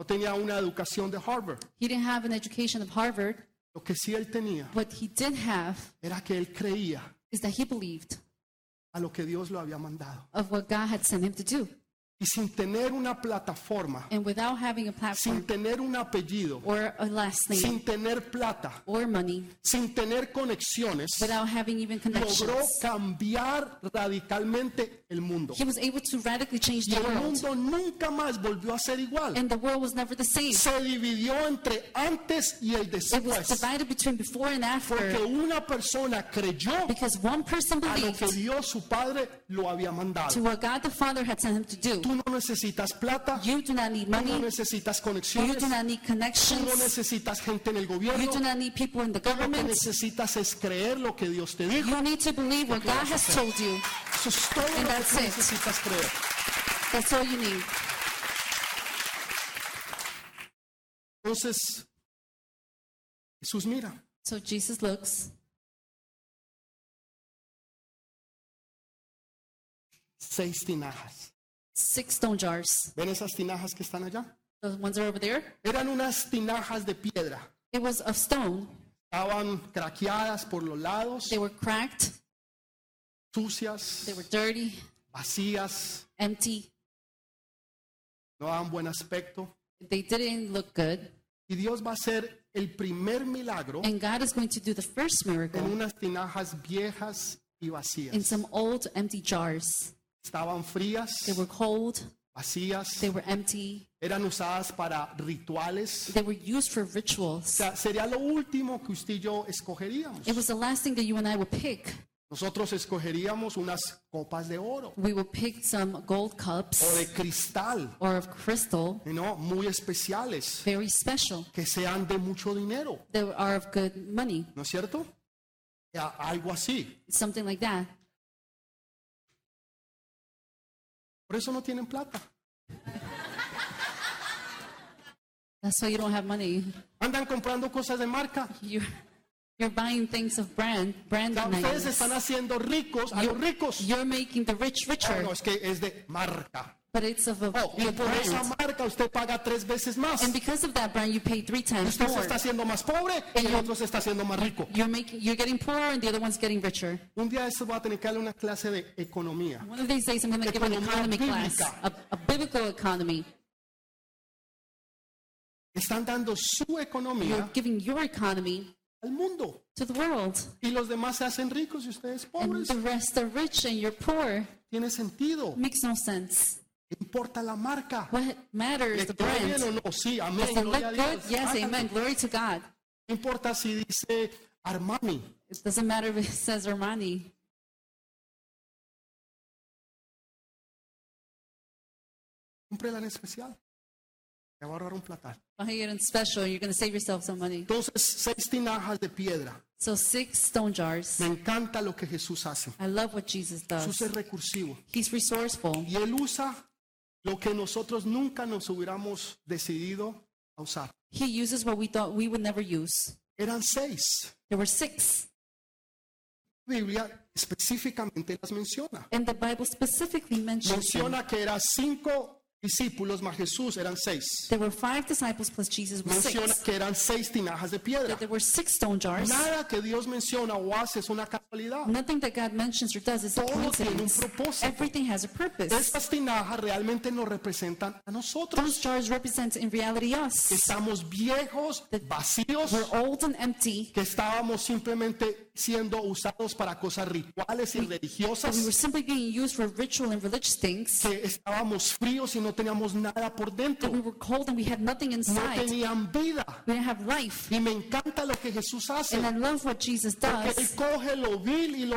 Speaker 1: no tenía una educación de Harvard.
Speaker 2: He didn't have an education of Harvard.
Speaker 1: Lo que sí él tenía
Speaker 2: What he did have
Speaker 1: era que él creía
Speaker 2: is that he believed
Speaker 1: a lo que Dios lo había mandado.
Speaker 2: of what God had sent him to do.
Speaker 1: y sin tener una plataforma,
Speaker 2: and without having a
Speaker 1: sin
Speaker 2: platform
Speaker 1: tener un apellido,
Speaker 2: or a last name
Speaker 1: sin tener plata,
Speaker 2: or money,
Speaker 1: sin tener conexiones,
Speaker 2: without having even
Speaker 1: logró
Speaker 2: connections,
Speaker 1: cambiar radicalmente el mundo.
Speaker 2: he was able to radically change
Speaker 1: Y
Speaker 2: the
Speaker 1: el
Speaker 2: world.
Speaker 1: mundo nunca más volvió a ser igual.
Speaker 2: And the world was never the same.
Speaker 1: Se dividió entre antes y el
Speaker 2: It was
Speaker 1: después.
Speaker 2: divided between before and
Speaker 1: Porque
Speaker 2: after
Speaker 1: una persona creyó
Speaker 2: because one person
Speaker 1: a lo que
Speaker 2: believed
Speaker 1: Dios su padre lo había
Speaker 2: to
Speaker 1: mandado.
Speaker 2: what God the Father had sent him to do.
Speaker 1: Tú no necesitas plata,
Speaker 2: You do not need
Speaker 1: tú no
Speaker 2: money.
Speaker 1: necesitas
Speaker 2: You
Speaker 1: conexiones,
Speaker 2: do not need
Speaker 1: tú no
Speaker 2: connections.
Speaker 1: necesitas gente en el
Speaker 2: You
Speaker 1: gobierno.
Speaker 2: do not need people in the
Speaker 1: Tú Lo que
Speaker 2: government.
Speaker 1: necesitas es creer lo que Dios te dijo.
Speaker 2: You need to believe what God has told you.
Speaker 1: Eso es todo
Speaker 2: And
Speaker 1: lo que
Speaker 2: that's
Speaker 1: tú
Speaker 2: it.
Speaker 1: necesitas creer.
Speaker 2: That's all you need.
Speaker 1: Entonces, Jesús mira,
Speaker 2: So Jesus looks.
Speaker 1: seis tinajas.
Speaker 2: Six stone jars.
Speaker 1: ¿Ven esas tinajas que están allá?
Speaker 2: The ones that are over there.
Speaker 1: Eran unas tinajas de piedra.
Speaker 2: It was of stone.
Speaker 1: Estaban craqueadas por los lados,
Speaker 2: They were cracked.
Speaker 1: sucias,
Speaker 2: They were dirty,
Speaker 1: vacías,
Speaker 2: empty.
Speaker 1: no daban buen aspecto.
Speaker 2: They didn't look good.
Speaker 1: Y Dios va a hacer el primer milagro
Speaker 2: And God is going to do the first
Speaker 1: en
Speaker 2: miracle
Speaker 1: unas tinajas viejas y
Speaker 2: in
Speaker 1: vacías.
Speaker 2: some old empty jars.
Speaker 1: Estaban frías,
Speaker 2: They were cold.
Speaker 1: vacías,
Speaker 2: They were empty.
Speaker 1: eran usadas para rituales.
Speaker 2: They were used for
Speaker 1: O
Speaker 2: rituals.
Speaker 1: sea, sería lo último que usted y yo escogeríamos.
Speaker 2: It was the last thing that you and I would pick.
Speaker 1: Nosotros escogeríamos unas copas de oro
Speaker 2: We would pick some gold
Speaker 1: o
Speaker 2: cups
Speaker 1: de cristal,
Speaker 2: or of crystal,
Speaker 1: ¿no? Muy especiales,
Speaker 2: very special.
Speaker 1: que sean de mucho dinero,
Speaker 2: They are of good money,
Speaker 1: ¿no es cierto? A- Algo así.
Speaker 2: something like that.
Speaker 1: Por eso no tienen plata.
Speaker 2: That's why you don't have money.
Speaker 1: Andan comprando cosas de marca.
Speaker 2: You're, you're buying things of brand,
Speaker 1: O
Speaker 2: brand
Speaker 1: sea, ustedes
Speaker 2: names.
Speaker 1: están haciendo ricos a los ricos.
Speaker 2: You're making the rich
Speaker 1: No,
Speaker 2: richer,
Speaker 1: no, es que es de marca.
Speaker 2: but it's of a
Speaker 1: Oh, y
Speaker 2: a
Speaker 1: por esa
Speaker 2: brand.
Speaker 1: marca usted paga tres veces más.
Speaker 2: And because of that brand, you pay three times
Speaker 1: Usted se
Speaker 2: more.
Speaker 1: está haciendo más pobre y el otro se está haciendo más rico.
Speaker 2: You're making, you're getting poorer, and the other one's getting richer.
Speaker 1: Un día esto va a tener que darle una clase de economía.
Speaker 2: One of these days, I'm going to give an
Speaker 1: Economía
Speaker 2: economy class,
Speaker 1: bíblica.
Speaker 2: a, a biblical economy.
Speaker 1: Están dando su
Speaker 2: You're
Speaker 1: economía
Speaker 2: giving your economy
Speaker 1: al mundo.
Speaker 2: to the world,
Speaker 1: Y los demás se hacen ricos y ustedes
Speaker 2: and
Speaker 1: pobres.
Speaker 2: the rest are rich, and you're poor.
Speaker 1: Tiene sentido.
Speaker 2: Makes no sense.
Speaker 1: ¿Qué importa la marca?
Speaker 2: What matters
Speaker 1: ¿Le
Speaker 2: the
Speaker 1: quedó bien
Speaker 2: brand?
Speaker 1: o no? Sí, amén.
Speaker 2: Does it look
Speaker 1: gloria a
Speaker 2: good?
Speaker 1: Dios.
Speaker 2: Yes,
Speaker 1: Háganlo.
Speaker 2: amen. Glory to God.
Speaker 1: No importa si dice Armani.
Speaker 2: It doesn't matter if it says Armani.
Speaker 1: Cómprela en especial. Te va a ahorrar un platal.
Speaker 2: Buy it in special. You're going to save yourself some money.
Speaker 1: Entonces, seis tinajas de piedra.
Speaker 2: So six stone jars.
Speaker 1: Me encanta lo que Jesús hace.
Speaker 2: I love what Jesus
Speaker 1: Jesús
Speaker 2: does.
Speaker 1: es recursivo.
Speaker 2: He's resourceful.
Speaker 1: Y él usa lo que nosotros nunca nos hubiéramos decidido a usar.
Speaker 2: He uses what we thought we would never use.
Speaker 1: Eran seis.
Speaker 2: There were six,
Speaker 1: La Biblia específicamente las menciona.
Speaker 2: and the Bible specifically mentions them.
Speaker 1: Menciona que eran cinco discípulos más Jesús, eran seis.
Speaker 2: There were five disciples plus Jesus was
Speaker 1: Menciona
Speaker 2: six.
Speaker 1: que eran seis tinajas de piedra.
Speaker 2: That there were six stone jars.
Speaker 1: Nada que Dios menciona o hace es una casualidad.
Speaker 2: Nothing that God mentions or does is a
Speaker 1: Todo tiene un
Speaker 2: coincidence.
Speaker 1: propósito.
Speaker 2: Everything has a purpose.
Speaker 1: Estas tinajas realmente nos representan a nosotros.
Speaker 2: Those jars represent in reality us.
Speaker 1: Estamos viejos, vacíos,
Speaker 2: We're old and empty.
Speaker 1: que estábamos simplemente siendo usados para cosas rituales y religiosas.
Speaker 2: We were simply being used for ritual and religious things.
Speaker 1: que estábamos fríos y no teníamos nada por dentro,
Speaker 2: That we were cold and we had nothing
Speaker 1: no
Speaker 2: inside.
Speaker 1: tenían vida.
Speaker 2: We didn't have life.
Speaker 1: Y me encanta lo que Jesús hace,
Speaker 2: And I love what Jesus
Speaker 1: porque
Speaker 2: does.
Speaker 1: Él coge lo vil y lo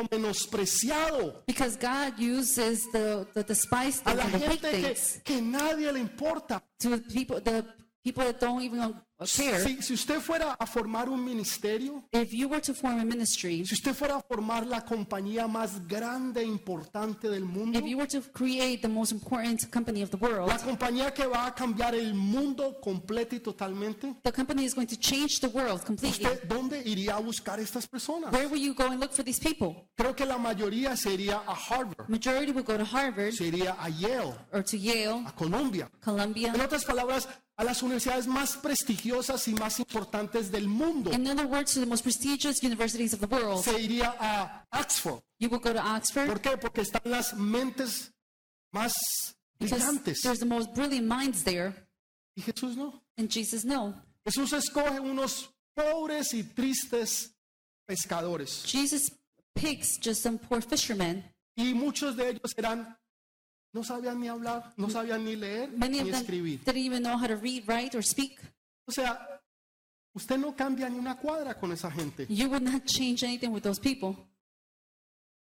Speaker 1: menospreciado,
Speaker 2: Because God uses the, the despised
Speaker 1: a
Speaker 2: things
Speaker 1: la
Speaker 2: and the
Speaker 1: gente
Speaker 2: weak
Speaker 1: que,
Speaker 2: things
Speaker 1: que nadie le importa.
Speaker 2: to the people, the people that don't even care.
Speaker 1: Si, si usted fuera a formar un ministerio,
Speaker 2: If you were to form a ministry,
Speaker 1: si usted fuera a formar la compañía más grande e importante del mundo,
Speaker 2: if you were to create the most important company of the world,
Speaker 1: la compañía que va a cambiar el mundo completo y totalmente,
Speaker 2: the company is going to change the world completely.
Speaker 1: ¿usted dónde iría a buscar estas personas?
Speaker 2: Where will you go and look for these people?
Speaker 1: Creo que la mayoría sería a Harvard.
Speaker 2: Majority will go to Harvard
Speaker 1: sería a Yale,
Speaker 2: or to Yale,
Speaker 1: a Colombia.
Speaker 2: Columbia.
Speaker 1: En otras palabras, a las universidades más prestigiosas y más importantes del mundo.
Speaker 2: In other words, to the most prestigious universities of the world.
Speaker 1: Se iría a Oxford.
Speaker 2: You will go to Oxford
Speaker 1: ¿Por qué? Porque están las mentes más
Speaker 2: Because
Speaker 1: brillantes.
Speaker 2: there's the most brilliant minds there,
Speaker 1: Y Jesús no.
Speaker 2: and Jesus no.
Speaker 1: Jesús escoge unos pobres y tristes pescadores.
Speaker 2: Jesus picks just some poor fishermen.
Speaker 1: Y muchos de ellos eran, no sabían ni hablar, no sabían ni leer
Speaker 2: Many
Speaker 1: ni
Speaker 2: of them
Speaker 1: escribir.
Speaker 2: didn't even know how to read, write, or speak.
Speaker 1: O sea, usted no cambia ni una cuadra con esa gente.
Speaker 2: You would not change anything with those people.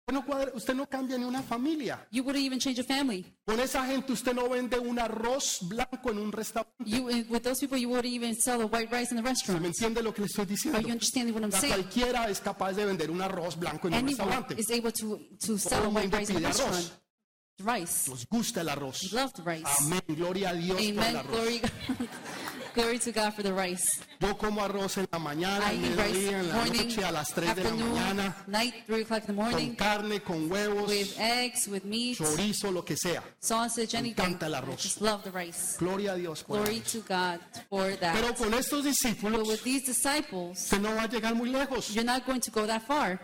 Speaker 1: Usted no, cuadra- usted no cambia ni una familia.
Speaker 2: You wouldn't even change a family.
Speaker 1: Con esa gente usted no vende un arroz blanco en un restaurante.
Speaker 2: You with those people, you wouldn't even sell the white rice in the
Speaker 1: ¿Me
Speaker 2: restaurant.
Speaker 1: entiende lo que le estoy
Speaker 2: Are
Speaker 1: diciendo?
Speaker 2: you understanding what I'm
Speaker 1: O sea,
Speaker 2: saying?
Speaker 1: cualquiera es capaz de vender un arroz blanco en un
Speaker 2: Anyone
Speaker 1: restaurante.
Speaker 2: is able to to sell
Speaker 1: el
Speaker 2: white
Speaker 1: mundo
Speaker 2: rice in the
Speaker 1: pide arroz.
Speaker 2: restaurant. Rice,
Speaker 1: Nos gusta el arroz.
Speaker 2: love the rice.
Speaker 1: Amén. Gloria a Dios por el
Speaker 2: Amen.
Speaker 1: arroz.
Speaker 2: Glory, glory to God for the rice.
Speaker 1: Yo como arroz en la mañana,
Speaker 2: I
Speaker 1: en
Speaker 2: eat
Speaker 1: el día, en
Speaker 2: rice
Speaker 1: la
Speaker 2: morning,
Speaker 1: noche, a las 3 de la
Speaker 2: afternoon,
Speaker 1: mañana,
Speaker 2: night, three o'clock in
Speaker 1: con
Speaker 2: the morning,
Speaker 1: carne, con huevos,
Speaker 2: with eggs, with meat,
Speaker 1: chorizo, lo que sea.
Speaker 2: sausage, anything.
Speaker 1: encanta el
Speaker 2: I
Speaker 1: arroz.
Speaker 2: just love the rice.
Speaker 1: Gloria a Dios por
Speaker 2: Glory
Speaker 1: eso.
Speaker 2: to God for that.
Speaker 1: Pero con estos
Speaker 2: But
Speaker 1: discípulos,
Speaker 2: with these disciples,
Speaker 1: usted no va a llegar muy lejos.
Speaker 2: you're not going to go that far.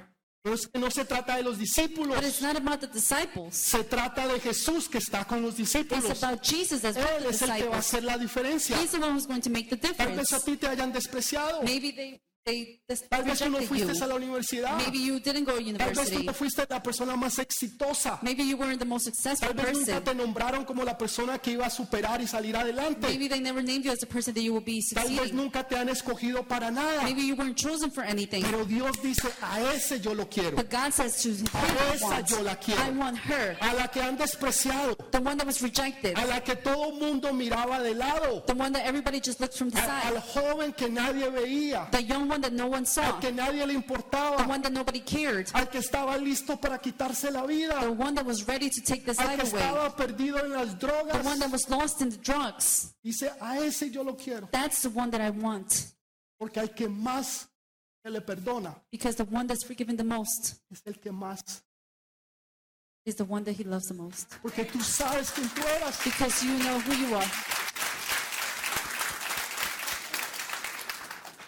Speaker 1: No, es que no se trata de los
Speaker 2: But
Speaker 1: discípulos,
Speaker 2: it's not about the disciples.
Speaker 1: se trata de Jesús que está con los
Speaker 2: It's
Speaker 1: discípulos.
Speaker 2: about Jesus as well
Speaker 1: Él
Speaker 2: the
Speaker 1: es el que va a
Speaker 2: disciples.
Speaker 1: hacer la diferencia.
Speaker 2: He's the one who's going to make the
Speaker 1: Tal vez a
Speaker 2: difference.
Speaker 1: ti te hayan despreciado.
Speaker 2: Maybe they they dis-
Speaker 1: Tal vez tú no
Speaker 2: rejected you.
Speaker 1: fuiste a la universidad.
Speaker 2: Maybe you didn't go to
Speaker 1: Tal vez tú
Speaker 2: university.
Speaker 1: no fuiste la persona más exitosa.
Speaker 2: Maybe you weren't the most successful
Speaker 1: Tal vez
Speaker 2: person.
Speaker 1: nunca te nombraron como la persona que iba a superar y salir adelante.
Speaker 2: Maybe they never named you as the person that you will be
Speaker 1: Tal vez
Speaker 2: succeeding.
Speaker 1: nunca te han escogido para nada.
Speaker 2: Maybe you weren't chosen for anything.
Speaker 1: Pero Dios dice, a ese yo lo quiero.
Speaker 2: But God says to him, I
Speaker 1: esa yo la
Speaker 2: want,
Speaker 1: quiero.
Speaker 2: I want her,
Speaker 1: A la que han despreciado.
Speaker 2: the one that was rejected,
Speaker 1: A la que todo mundo miraba de lado.
Speaker 2: the one that everybody just looked from the
Speaker 1: a- al
Speaker 2: side,
Speaker 1: joven que nadie veía.
Speaker 2: the young one that no one
Speaker 1: Al
Speaker 2: saw,
Speaker 1: que nadie le
Speaker 2: the
Speaker 1: importaba.
Speaker 2: one that nobody cared,
Speaker 1: Al que estaba listo para quitarse la
Speaker 2: the
Speaker 1: vida.
Speaker 2: one that was ready to take this
Speaker 1: Al que
Speaker 2: life away,
Speaker 1: estaba perdido en las
Speaker 2: the one
Speaker 1: drogas.
Speaker 2: that was lost in the drugs.
Speaker 1: Dice, a ese yo lo quiero.
Speaker 2: That's the one that I want.
Speaker 1: Porque al que más se le perdona
Speaker 2: Because the one that's forgiven the most
Speaker 1: es el que más.
Speaker 2: is the one that he loves the most.
Speaker 1: Porque tú sabes quién tú eras.
Speaker 2: Because you know who you are.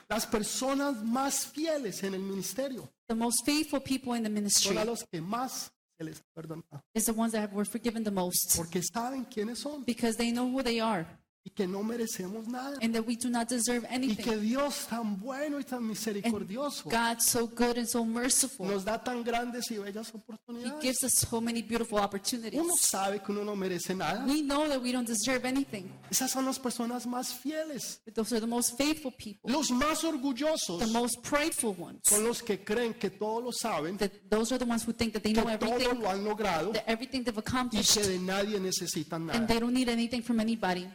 Speaker 1: Las personas más fieles en el ministerio
Speaker 2: The most faithful people in the
Speaker 1: son
Speaker 2: ministry
Speaker 1: a los que más se les perdona.
Speaker 2: is the ones that were forgiven the most.
Speaker 1: Porque saben quiénes son
Speaker 2: Because they know who they are
Speaker 1: y que no merecemos nada.
Speaker 2: and that we do not deserve
Speaker 1: Y que
Speaker 2: anything.
Speaker 1: Dios tan bueno y tan misericordioso
Speaker 2: God, so good and so merciful,
Speaker 1: nos da tan grandes y bellas
Speaker 2: He
Speaker 1: oportunidades.
Speaker 2: gives us so many beautiful
Speaker 1: Uno
Speaker 2: opportunities.
Speaker 1: sabe que uno no merece nada.
Speaker 2: We know that we don't deserve anything,
Speaker 1: Esas son las personas más fieles.
Speaker 2: but those are the most faithful people,
Speaker 1: Los más orgullosos
Speaker 2: the most prideful ones.
Speaker 1: son los que creen que todo lo saben, que
Speaker 2: That those are the ones who think that they know
Speaker 1: todo
Speaker 2: everything,
Speaker 1: lo han logrado
Speaker 2: that everything they've
Speaker 1: y
Speaker 2: accomplished,
Speaker 1: que de nadie necesitan
Speaker 2: and
Speaker 1: nada.
Speaker 2: they don't need anything from anybody.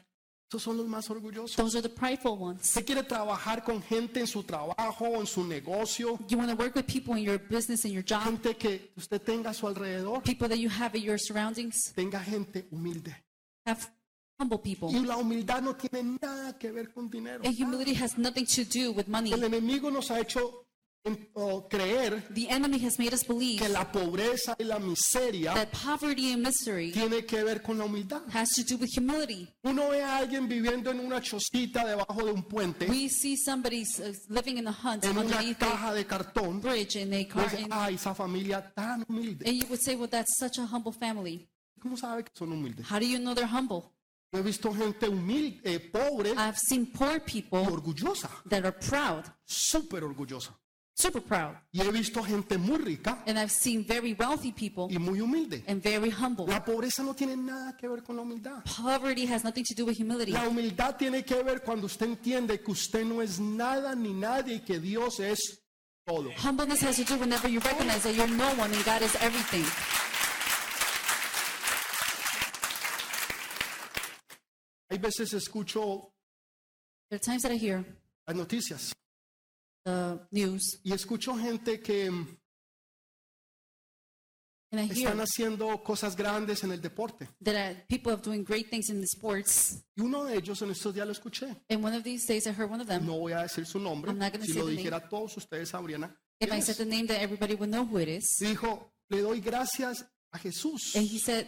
Speaker 1: Esos son los más orgullosos.
Speaker 2: Those are the prideful ones.
Speaker 1: Usted quiere trabajar con gente en su trabajo, o en su negocio,
Speaker 2: You want to work with people in your business and your job,
Speaker 1: gente que usted tenga a su alrededor,
Speaker 2: people that you have at your surroundings.
Speaker 1: tenga gente humilde.
Speaker 2: Have humble people.
Speaker 1: Y la humildad no tiene nada que ver con dinero.
Speaker 2: And humility has nothing to do with money.
Speaker 1: El enemigo nos ha hecho en- o creer
Speaker 2: The enemy has made us believe
Speaker 1: que la pobreza y la miseria
Speaker 2: that poverty and misery
Speaker 1: tiene que ver con la humildad.
Speaker 2: has to do with humility.
Speaker 1: Uno ve a alguien viviendo en una chocita debajo de un puente,
Speaker 2: We see somebody uh, living in a hut
Speaker 1: en una
Speaker 2: underneath a
Speaker 1: caja de cartón,
Speaker 2: bridge in a car,
Speaker 1: dice,
Speaker 2: and,
Speaker 1: ay, esa familia tan humilde.
Speaker 2: and you would say, "Well, that's such a humble family."
Speaker 1: ¿Cómo sabe que son humildes?
Speaker 2: How do you know they're humble?
Speaker 1: Yo he visto gente humilde, eh, pobre y
Speaker 2: I've seen poor people
Speaker 1: orgullosa.
Speaker 2: that are proud,
Speaker 1: súper orgullosa.
Speaker 2: super proud,
Speaker 1: Y he visto gente muy rica
Speaker 2: and I've seen very wealthy people
Speaker 1: y muy humilde.
Speaker 2: and very humble.
Speaker 1: La pobreza no tiene nada que ver con la humildad.
Speaker 2: Poverty has nothing to do with humility.
Speaker 1: La humildad tiene que ver cuando usted entiende que usted no es nada ni nadie y que Dios es todo.
Speaker 2: Humbleness has to do whenever you recognize that you're no one and God is everything.
Speaker 1: Hay veces escucho
Speaker 2: There are times that I hear
Speaker 1: las noticias
Speaker 2: the news
Speaker 1: y escucho gente que mm,
Speaker 2: and I hear
Speaker 1: están haciendo cosas grandes en el deporte.
Speaker 2: that uh, people are doing great things in the sports.
Speaker 1: Y uno de ellos en estos días lo escuché.
Speaker 2: And one of these days, I heard one of them.
Speaker 1: No voy a decir su nombre.
Speaker 2: I'm not gonna
Speaker 1: Si
Speaker 2: say
Speaker 1: lo
Speaker 2: the
Speaker 1: dijera todos ustedes sabrían. a-
Speaker 2: If I
Speaker 1: Yes.
Speaker 2: said the name, that everybody would know who it is.
Speaker 1: Y dijo, le doy gracias a Jesús
Speaker 2: And he said,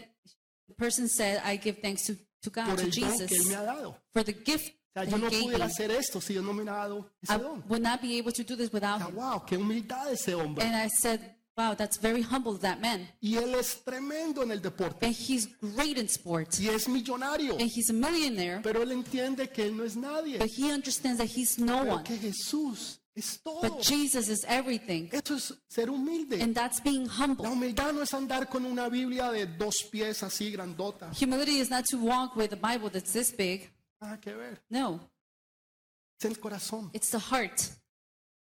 Speaker 2: the person said, I give thanks to, to God,
Speaker 1: por
Speaker 2: to
Speaker 1: el don que Él me
Speaker 2: Jesus,
Speaker 1: ha dado.
Speaker 2: for the gift
Speaker 1: O sea,
Speaker 2: that
Speaker 1: yo
Speaker 2: he
Speaker 1: no
Speaker 2: gave
Speaker 1: pudiera
Speaker 2: me.
Speaker 1: hacer esto si Dios no me hubiera dado ese
Speaker 2: I
Speaker 1: don.
Speaker 2: would not be able to do this without
Speaker 1: O sea,
Speaker 2: him.
Speaker 1: wow, qué humildad de ese hombre.
Speaker 2: And I said, Wow, that's very humble of that man.
Speaker 1: Y él es tremendo en el deporte.
Speaker 2: And he's great in sport.
Speaker 1: Y es millonario.
Speaker 2: And he's a millionaire.
Speaker 1: Pero él entiende que él no es nadie.
Speaker 2: But he understands that he's no
Speaker 1: Pero
Speaker 2: one.
Speaker 1: que Jesús es todo.
Speaker 2: But Jesus is everything.
Speaker 1: Eso es ser humilde.
Speaker 2: And that's being
Speaker 1: La
Speaker 2: humble.
Speaker 1: humildad no es andar con una Biblia de dos pies así grandota.
Speaker 2: Humility is not to walk with a Bible that's this big.
Speaker 1: Nada que ver.
Speaker 2: No,
Speaker 1: Es el corazón.
Speaker 2: it's the heart.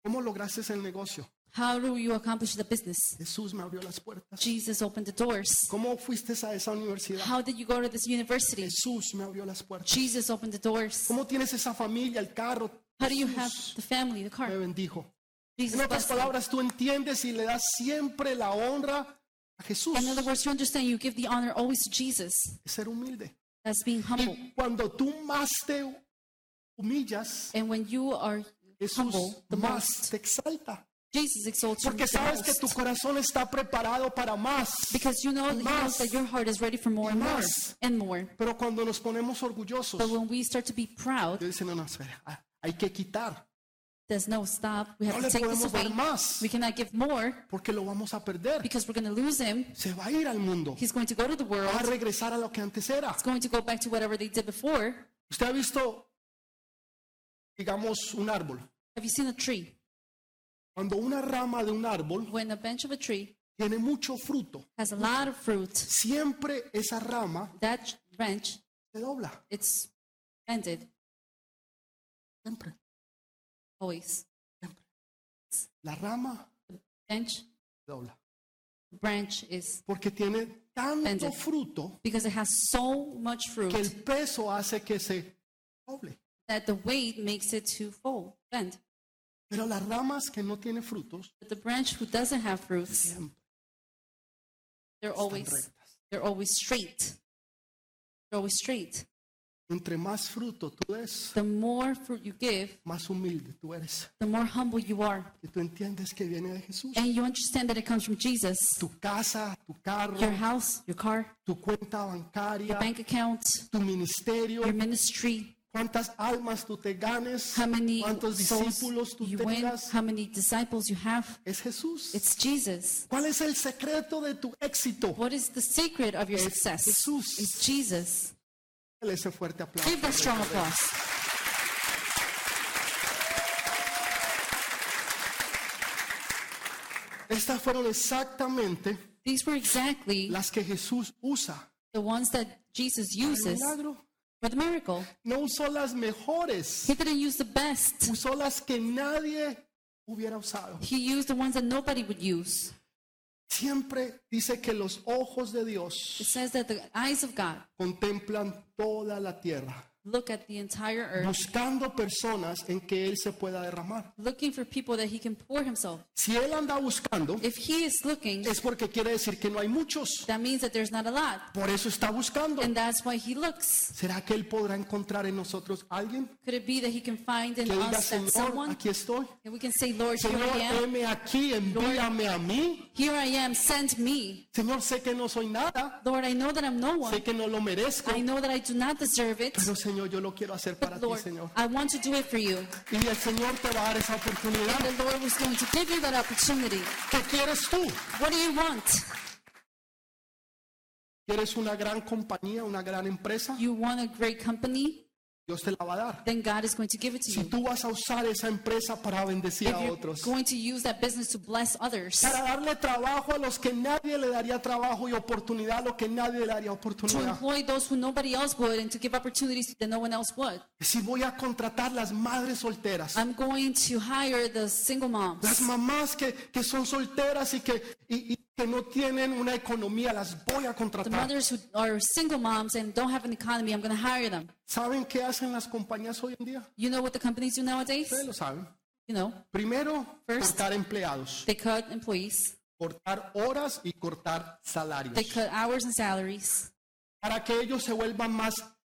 Speaker 1: ¿Cómo lograste el negocio?
Speaker 2: How do you accomplish the business?
Speaker 1: Jesús me abrió las puertas.
Speaker 2: Jesus opened the doors.
Speaker 1: ¿Cómo fuiste a esa universidad?
Speaker 2: How did you go to this university?
Speaker 1: Jesús me abrió las puertas.
Speaker 2: Jesus opened the doors.
Speaker 1: ¿Cómo tienes esa familia, el carro?
Speaker 2: How do you have
Speaker 1: Jesús
Speaker 2: the family, the car?
Speaker 1: me bendijo. En
Speaker 2: Jesus
Speaker 1: otras
Speaker 2: blessed you.
Speaker 1: palabras, tú entiendes y le das siempre la honra a Jesús.
Speaker 2: In other words, you understand you give the honor always to Jesus.
Speaker 1: Es ser humilde.
Speaker 2: That's being humble.
Speaker 1: Y cuando tú más te humillas,
Speaker 2: And when you are humble
Speaker 1: Jesús
Speaker 2: the
Speaker 1: más
Speaker 2: most,
Speaker 1: te exalta.
Speaker 2: Jesus exalts you
Speaker 1: Porque
Speaker 2: the
Speaker 1: sabes que tu
Speaker 2: most.
Speaker 1: corazón está preparado para más.
Speaker 2: Because you know, you know
Speaker 1: más,
Speaker 2: that your heart is ready for more
Speaker 1: y
Speaker 2: and more
Speaker 1: más.
Speaker 2: and more.
Speaker 1: Pero cuando nos ponemos orgullosos,
Speaker 2: But when we start to be proud,
Speaker 1: yo dice, no, no, espera, ah, hay que quitar.
Speaker 2: there's no stop. We
Speaker 1: No
Speaker 2: have
Speaker 1: le
Speaker 2: to take this
Speaker 1: podemos dar
Speaker 2: away.
Speaker 1: más.
Speaker 2: We cannot give more
Speaker 1: Porque lo vamos a perder.
Speaker 2: because we're going to lose him.
Speaker 1: Se va a ir al mundo.
Speaker 2: He's going to go to the world.
Speaker 1: Va a regresar a lo que antes era.
Speaker 2: It's going to go back to whatever they did before.
Speaker 1: Usted ha visto, digamos, un árbol.
Speaker 2: Have you seen a tree?
Speaker 1: Cuando una rama de un árbol
Speaker 2: When a branch of a tree
Speaker 1: tiene mucho fruto,
Speaker 2: has a lot of fruit,
Speaker 1: siempre esa rama
Speaker 2: that branch,
Speaker 1: se dobla.
Speaker 2: it's bended
Speaker 1: Siempre.
Speaker 2: always.
Speaker 1: La rama
Speaker 2: Bench,
Speaker 1: se dobla.
Speaker 2: branch is
Speaker 1: Porque tiene tanto
Speaker 2: Bended.
Speaker 1: fruto
Speaker 2: because it has so much
Speaker 1: que
Speaker 2: fruit
Speaker 1: el peso hace que se doble.
Speaker 2: that the weight makes it to fold, bend.
Speaker 1: Pero las ramas que no tienen frutos
Speaker 2: But the branch who doesn't have fruits,
Speaker 1: siempre
Speaker 2: they're
Speaker 1: están
Speaker 2: always
Speaker 1: rectas.
Speaker 2: they're always straight. They're always straight.
Speaker 1: Entre más fruto tú des,
Speaker 2: The more fruit you give,
Speaker 1: más humilde tú eres.
Speaker 2: the more humble you are.
Speaker 1: Que tú entiendes que viene de Jesús.
Speaker 2: And you understand that it comes from Jesus.
Speaker 1: Tu casa, tu carro,
Speaker 2: Your house, your car,
Speaker 1: tu cuenta bancaria,
Speaker 2: your bank account,
Speaker 1: tu ministerio,
Speaker 2: your ministry,
Speaker 1: cuántas almas tú te ganes,
Speaker 2: how many
Speaker 1: cuántos discípulos
Speaker 2: souls
Speaker 1: tú
Speaker 2: you win,
Speaker 1: tengas,
Speaker 2: how many disciples you have.
Speaker 1: es Jesús.
Speaker 2: It's Jesus.
Speaker 1: ¿Cuál es el secreto de tu éxito?
Speaker 2: What is the secret of your
Speaker 1: Es
Speaker 2: success?
Speaker 1: Jesús.
Speaker 2: It's Jesus.
Speaker 1: Dale ese fuerte aplauso.
Speaker 2: Give that strong applause.
Speaker 1: Estas fueron exactamente
Speaker 2: These were exactly
Speaker 1: las que Jesús usa.
Speaker 2: the ones that Jesus
Speaker 1: El
Speaker 2: uses
Speaker 1: milagro.
Speaker 2: for the miracle.
Speaker 1: No usó las mejores,
Speaker 2: He didn't use the best.
Speaker 1: usó las que nadie hubiera usado.
Speaker 2: He used the ones that nobody would use.
Speaker 1: Siempre dice que los ojos de
Speaker 2: It
Speaker 1: Dios
Speaker 2: says that the eyes of God
Speaker 1: contemplan toda la tierra,
Speaker 2: look at the entire earth,
Speaker 1: buscando personas en que Él se pueda derramar.
Speaker 2: looking for people that he can pour himself.
Speaker 1: Si Él anda buscando,
Speaker 2: If he is looking,
Speaker 1: es porque quiere decir que no hay muchos.
Speaker 2: that means that there's not a lot.
Speaker 1: Por eso está buscando.
Speaker 2: And that's why he looks.
Speaker 1: ¿Será que Él podrá encontrar en nosotros alguien
Speaker 2: Could it be that he can find in
Speaker 1: que diga,
Speaker 2: us that
Speaker 1: Señor,
Speaker 2: someone?
Speaker 1: aquí estoy?
Speaker 2: And we can say, Lord, here
Speaker 1: Señor,
Speaker 2: I am.
Speaker 1: heme aquí, envíame a mí.
Speaker 2: Here I am. Send me.
Speaker 1: Señor, sé que no soy nada,
Speaker 2: Lord, I know that I'm no one.
Speaker 1: sé que no lo merezco,
Speaker 2: I know that I do not deserve it.
Speaker 1: pero Señor, yo lo quiero hacer para
Speaker 2: But
Speaker 1: ti,
Speaker 2: Lord,
Speaker 1: Señor.
Speaker 2: I want to do it for you.
Speaker 1: Y el Señor te va a dar esa oportunidad.
Speaker 2: And the Lord was going to give you that opportunity.
Speaker 1: ¿Qué quieres tú?
Speaker 2: What do you want?
Speaker 1: ¿Quieres una gran compañía, una gran empresa?
Speaker 2: You want a great company?
Speaker 1: Dios te la va a dar.
Speaker 2: Then God is going to give it to
Speaker 1: Si
Speaker 2: you.
Speaker 1: tú vas a usar esa empresa para bendecir
Speaker 2: If
Speaker 1: a
Speaker 2: you're
Speaker 1: otros,
Speaker 2: going to use that business to bless others,
Speaker 1: para darle trabajo a los que nadie le daría trabajo y oportunidad a los que nadie le daría
Speaker 2: to
Speaker 1: oportunidad.
Speaker 2: employ those who nobody else would, and to give opportunities that no one else would.
Speaker 1: Si voy a contratar las madres solteras,
Speaker 2: I'm going to hire the single
Speaker 1: las
Speaker 2: moms,
Speaker 1: mamás que, que son solteras y que, y- y que no tienen una economía, las voy a
Speaker 2: the
Speaker 1: contratar.
Speaker 2: mothers who are single moms and don't have an economy. I'm going to hire them.
Speaker 1: ¿Saben qué hacen las compañías hoy en día?
Speaker 2: You know what the companies do nowadays?
Speaker 1: Ustedes lo saben.
Speaker 2: You know,
Speaker 1: Primero,
Speaker 2: First.
Speaker 1: cortar empleados,
Speaker 2: they cut employees,
Speaker 1: cortar horas y cortar salarios.
Speaker 2: they cut hours and salaries,
Speaker 1: para que ellos se vuelvan más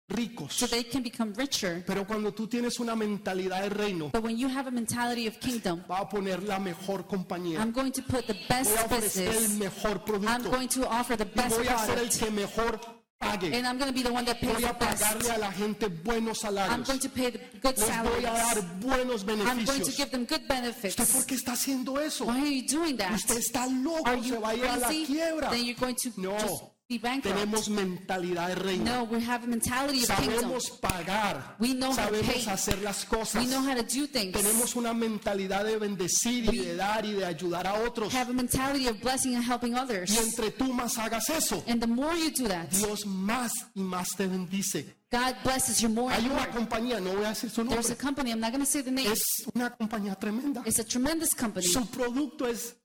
Speaker 1: ricos.
Speaker 2: so they can become richer.
Speaker 1: Pero cuando tú tienes una mentalidad de reino,
Speaker 2: But when you have a mentality of kingdom,
Speaker 1: va a poner la mejor compañía,
Speaker 2: I'm going to put the
Speaker 1: voy a
Speaker 2: best
Speaker 1: ofrecer el
Speaker 2: business.
Speaker 1: mejor
Speaker 2: I'm
Speaker 1: producto,
Speaker 2: going to offer the
Speaker 1: y
Speaker 2: best
Speaker 1: voy a ser el
Speaker 2: product.
Speaker 1: que mejor pague.
Speaker 2: And I'm going to be the one that pays
Speaker 1: Voy
Speaker 2: the
Speaker 1: a pagarle
Speaker 2: best.
Speaker 1: a la gente buenos
Speaker 2: I'm
Speaker 1: salarios.
Speaker 2: going to pay the good
Speaker 1: Les voy a
Speaker 2: salaries.
Speaker 1: dar buenos
Speaker 2: I'm going to
Speaker 1: beneficios.
Speaker 2: give them good
Speaker 1: ¿Usted por
Speaker 2: benefits.
Speaker 1: qué está haciendo eso?
Speaker 2: Why are you doing that?
Speaker 1: Usted está loco,
Speaker 2: Are
Speaker 1: se
Speaker 2: you
Speaker 1: va a ir a la
Speaker 2: crazy?
Speaker 1: quiebra.
Speaker 2: Then you're going to
Speaker 1: No,
Speaker 2: just be bankrupt.
Speaker 1: Tenemos mentalidad de reino.
Speaker 2: No, we have a mentality of kingdom.
Speaker 1: Sabemos pagar.
Speaker 2: We know how to
Speaker 1: Sabemos
Speaker 2: pay.
Speaker 1: hacer las cosas.
Speaker 2: We know how to do things.
Speaker 1: Tenemos una mentalidad de bendecir y de dar y de ayudar a otros.
Speaker 2: have a mentality of blessing and helping
Speaker 1: Y
Speaker 2: others.
Speaker 1: entre tú más hagas eso,
Speaker 2: And the more you do that,
Speaker 1: Dios más y más te bendice.
Speaker 2: God blesses you more
Speaker 1: Hay
Speaker 2: and
Speaker 1: una
Speaker 2: more.
Speaker 1: compañía, no voy a decir su
Speaker 2: There's a
Speaker 1: nombre,
Speaker 2: company, I'm not going to say the name.
Speaker 1: es una compañía tremenda.
Speaker 2: It's a tremendous company.
Speaker 1: Su producto es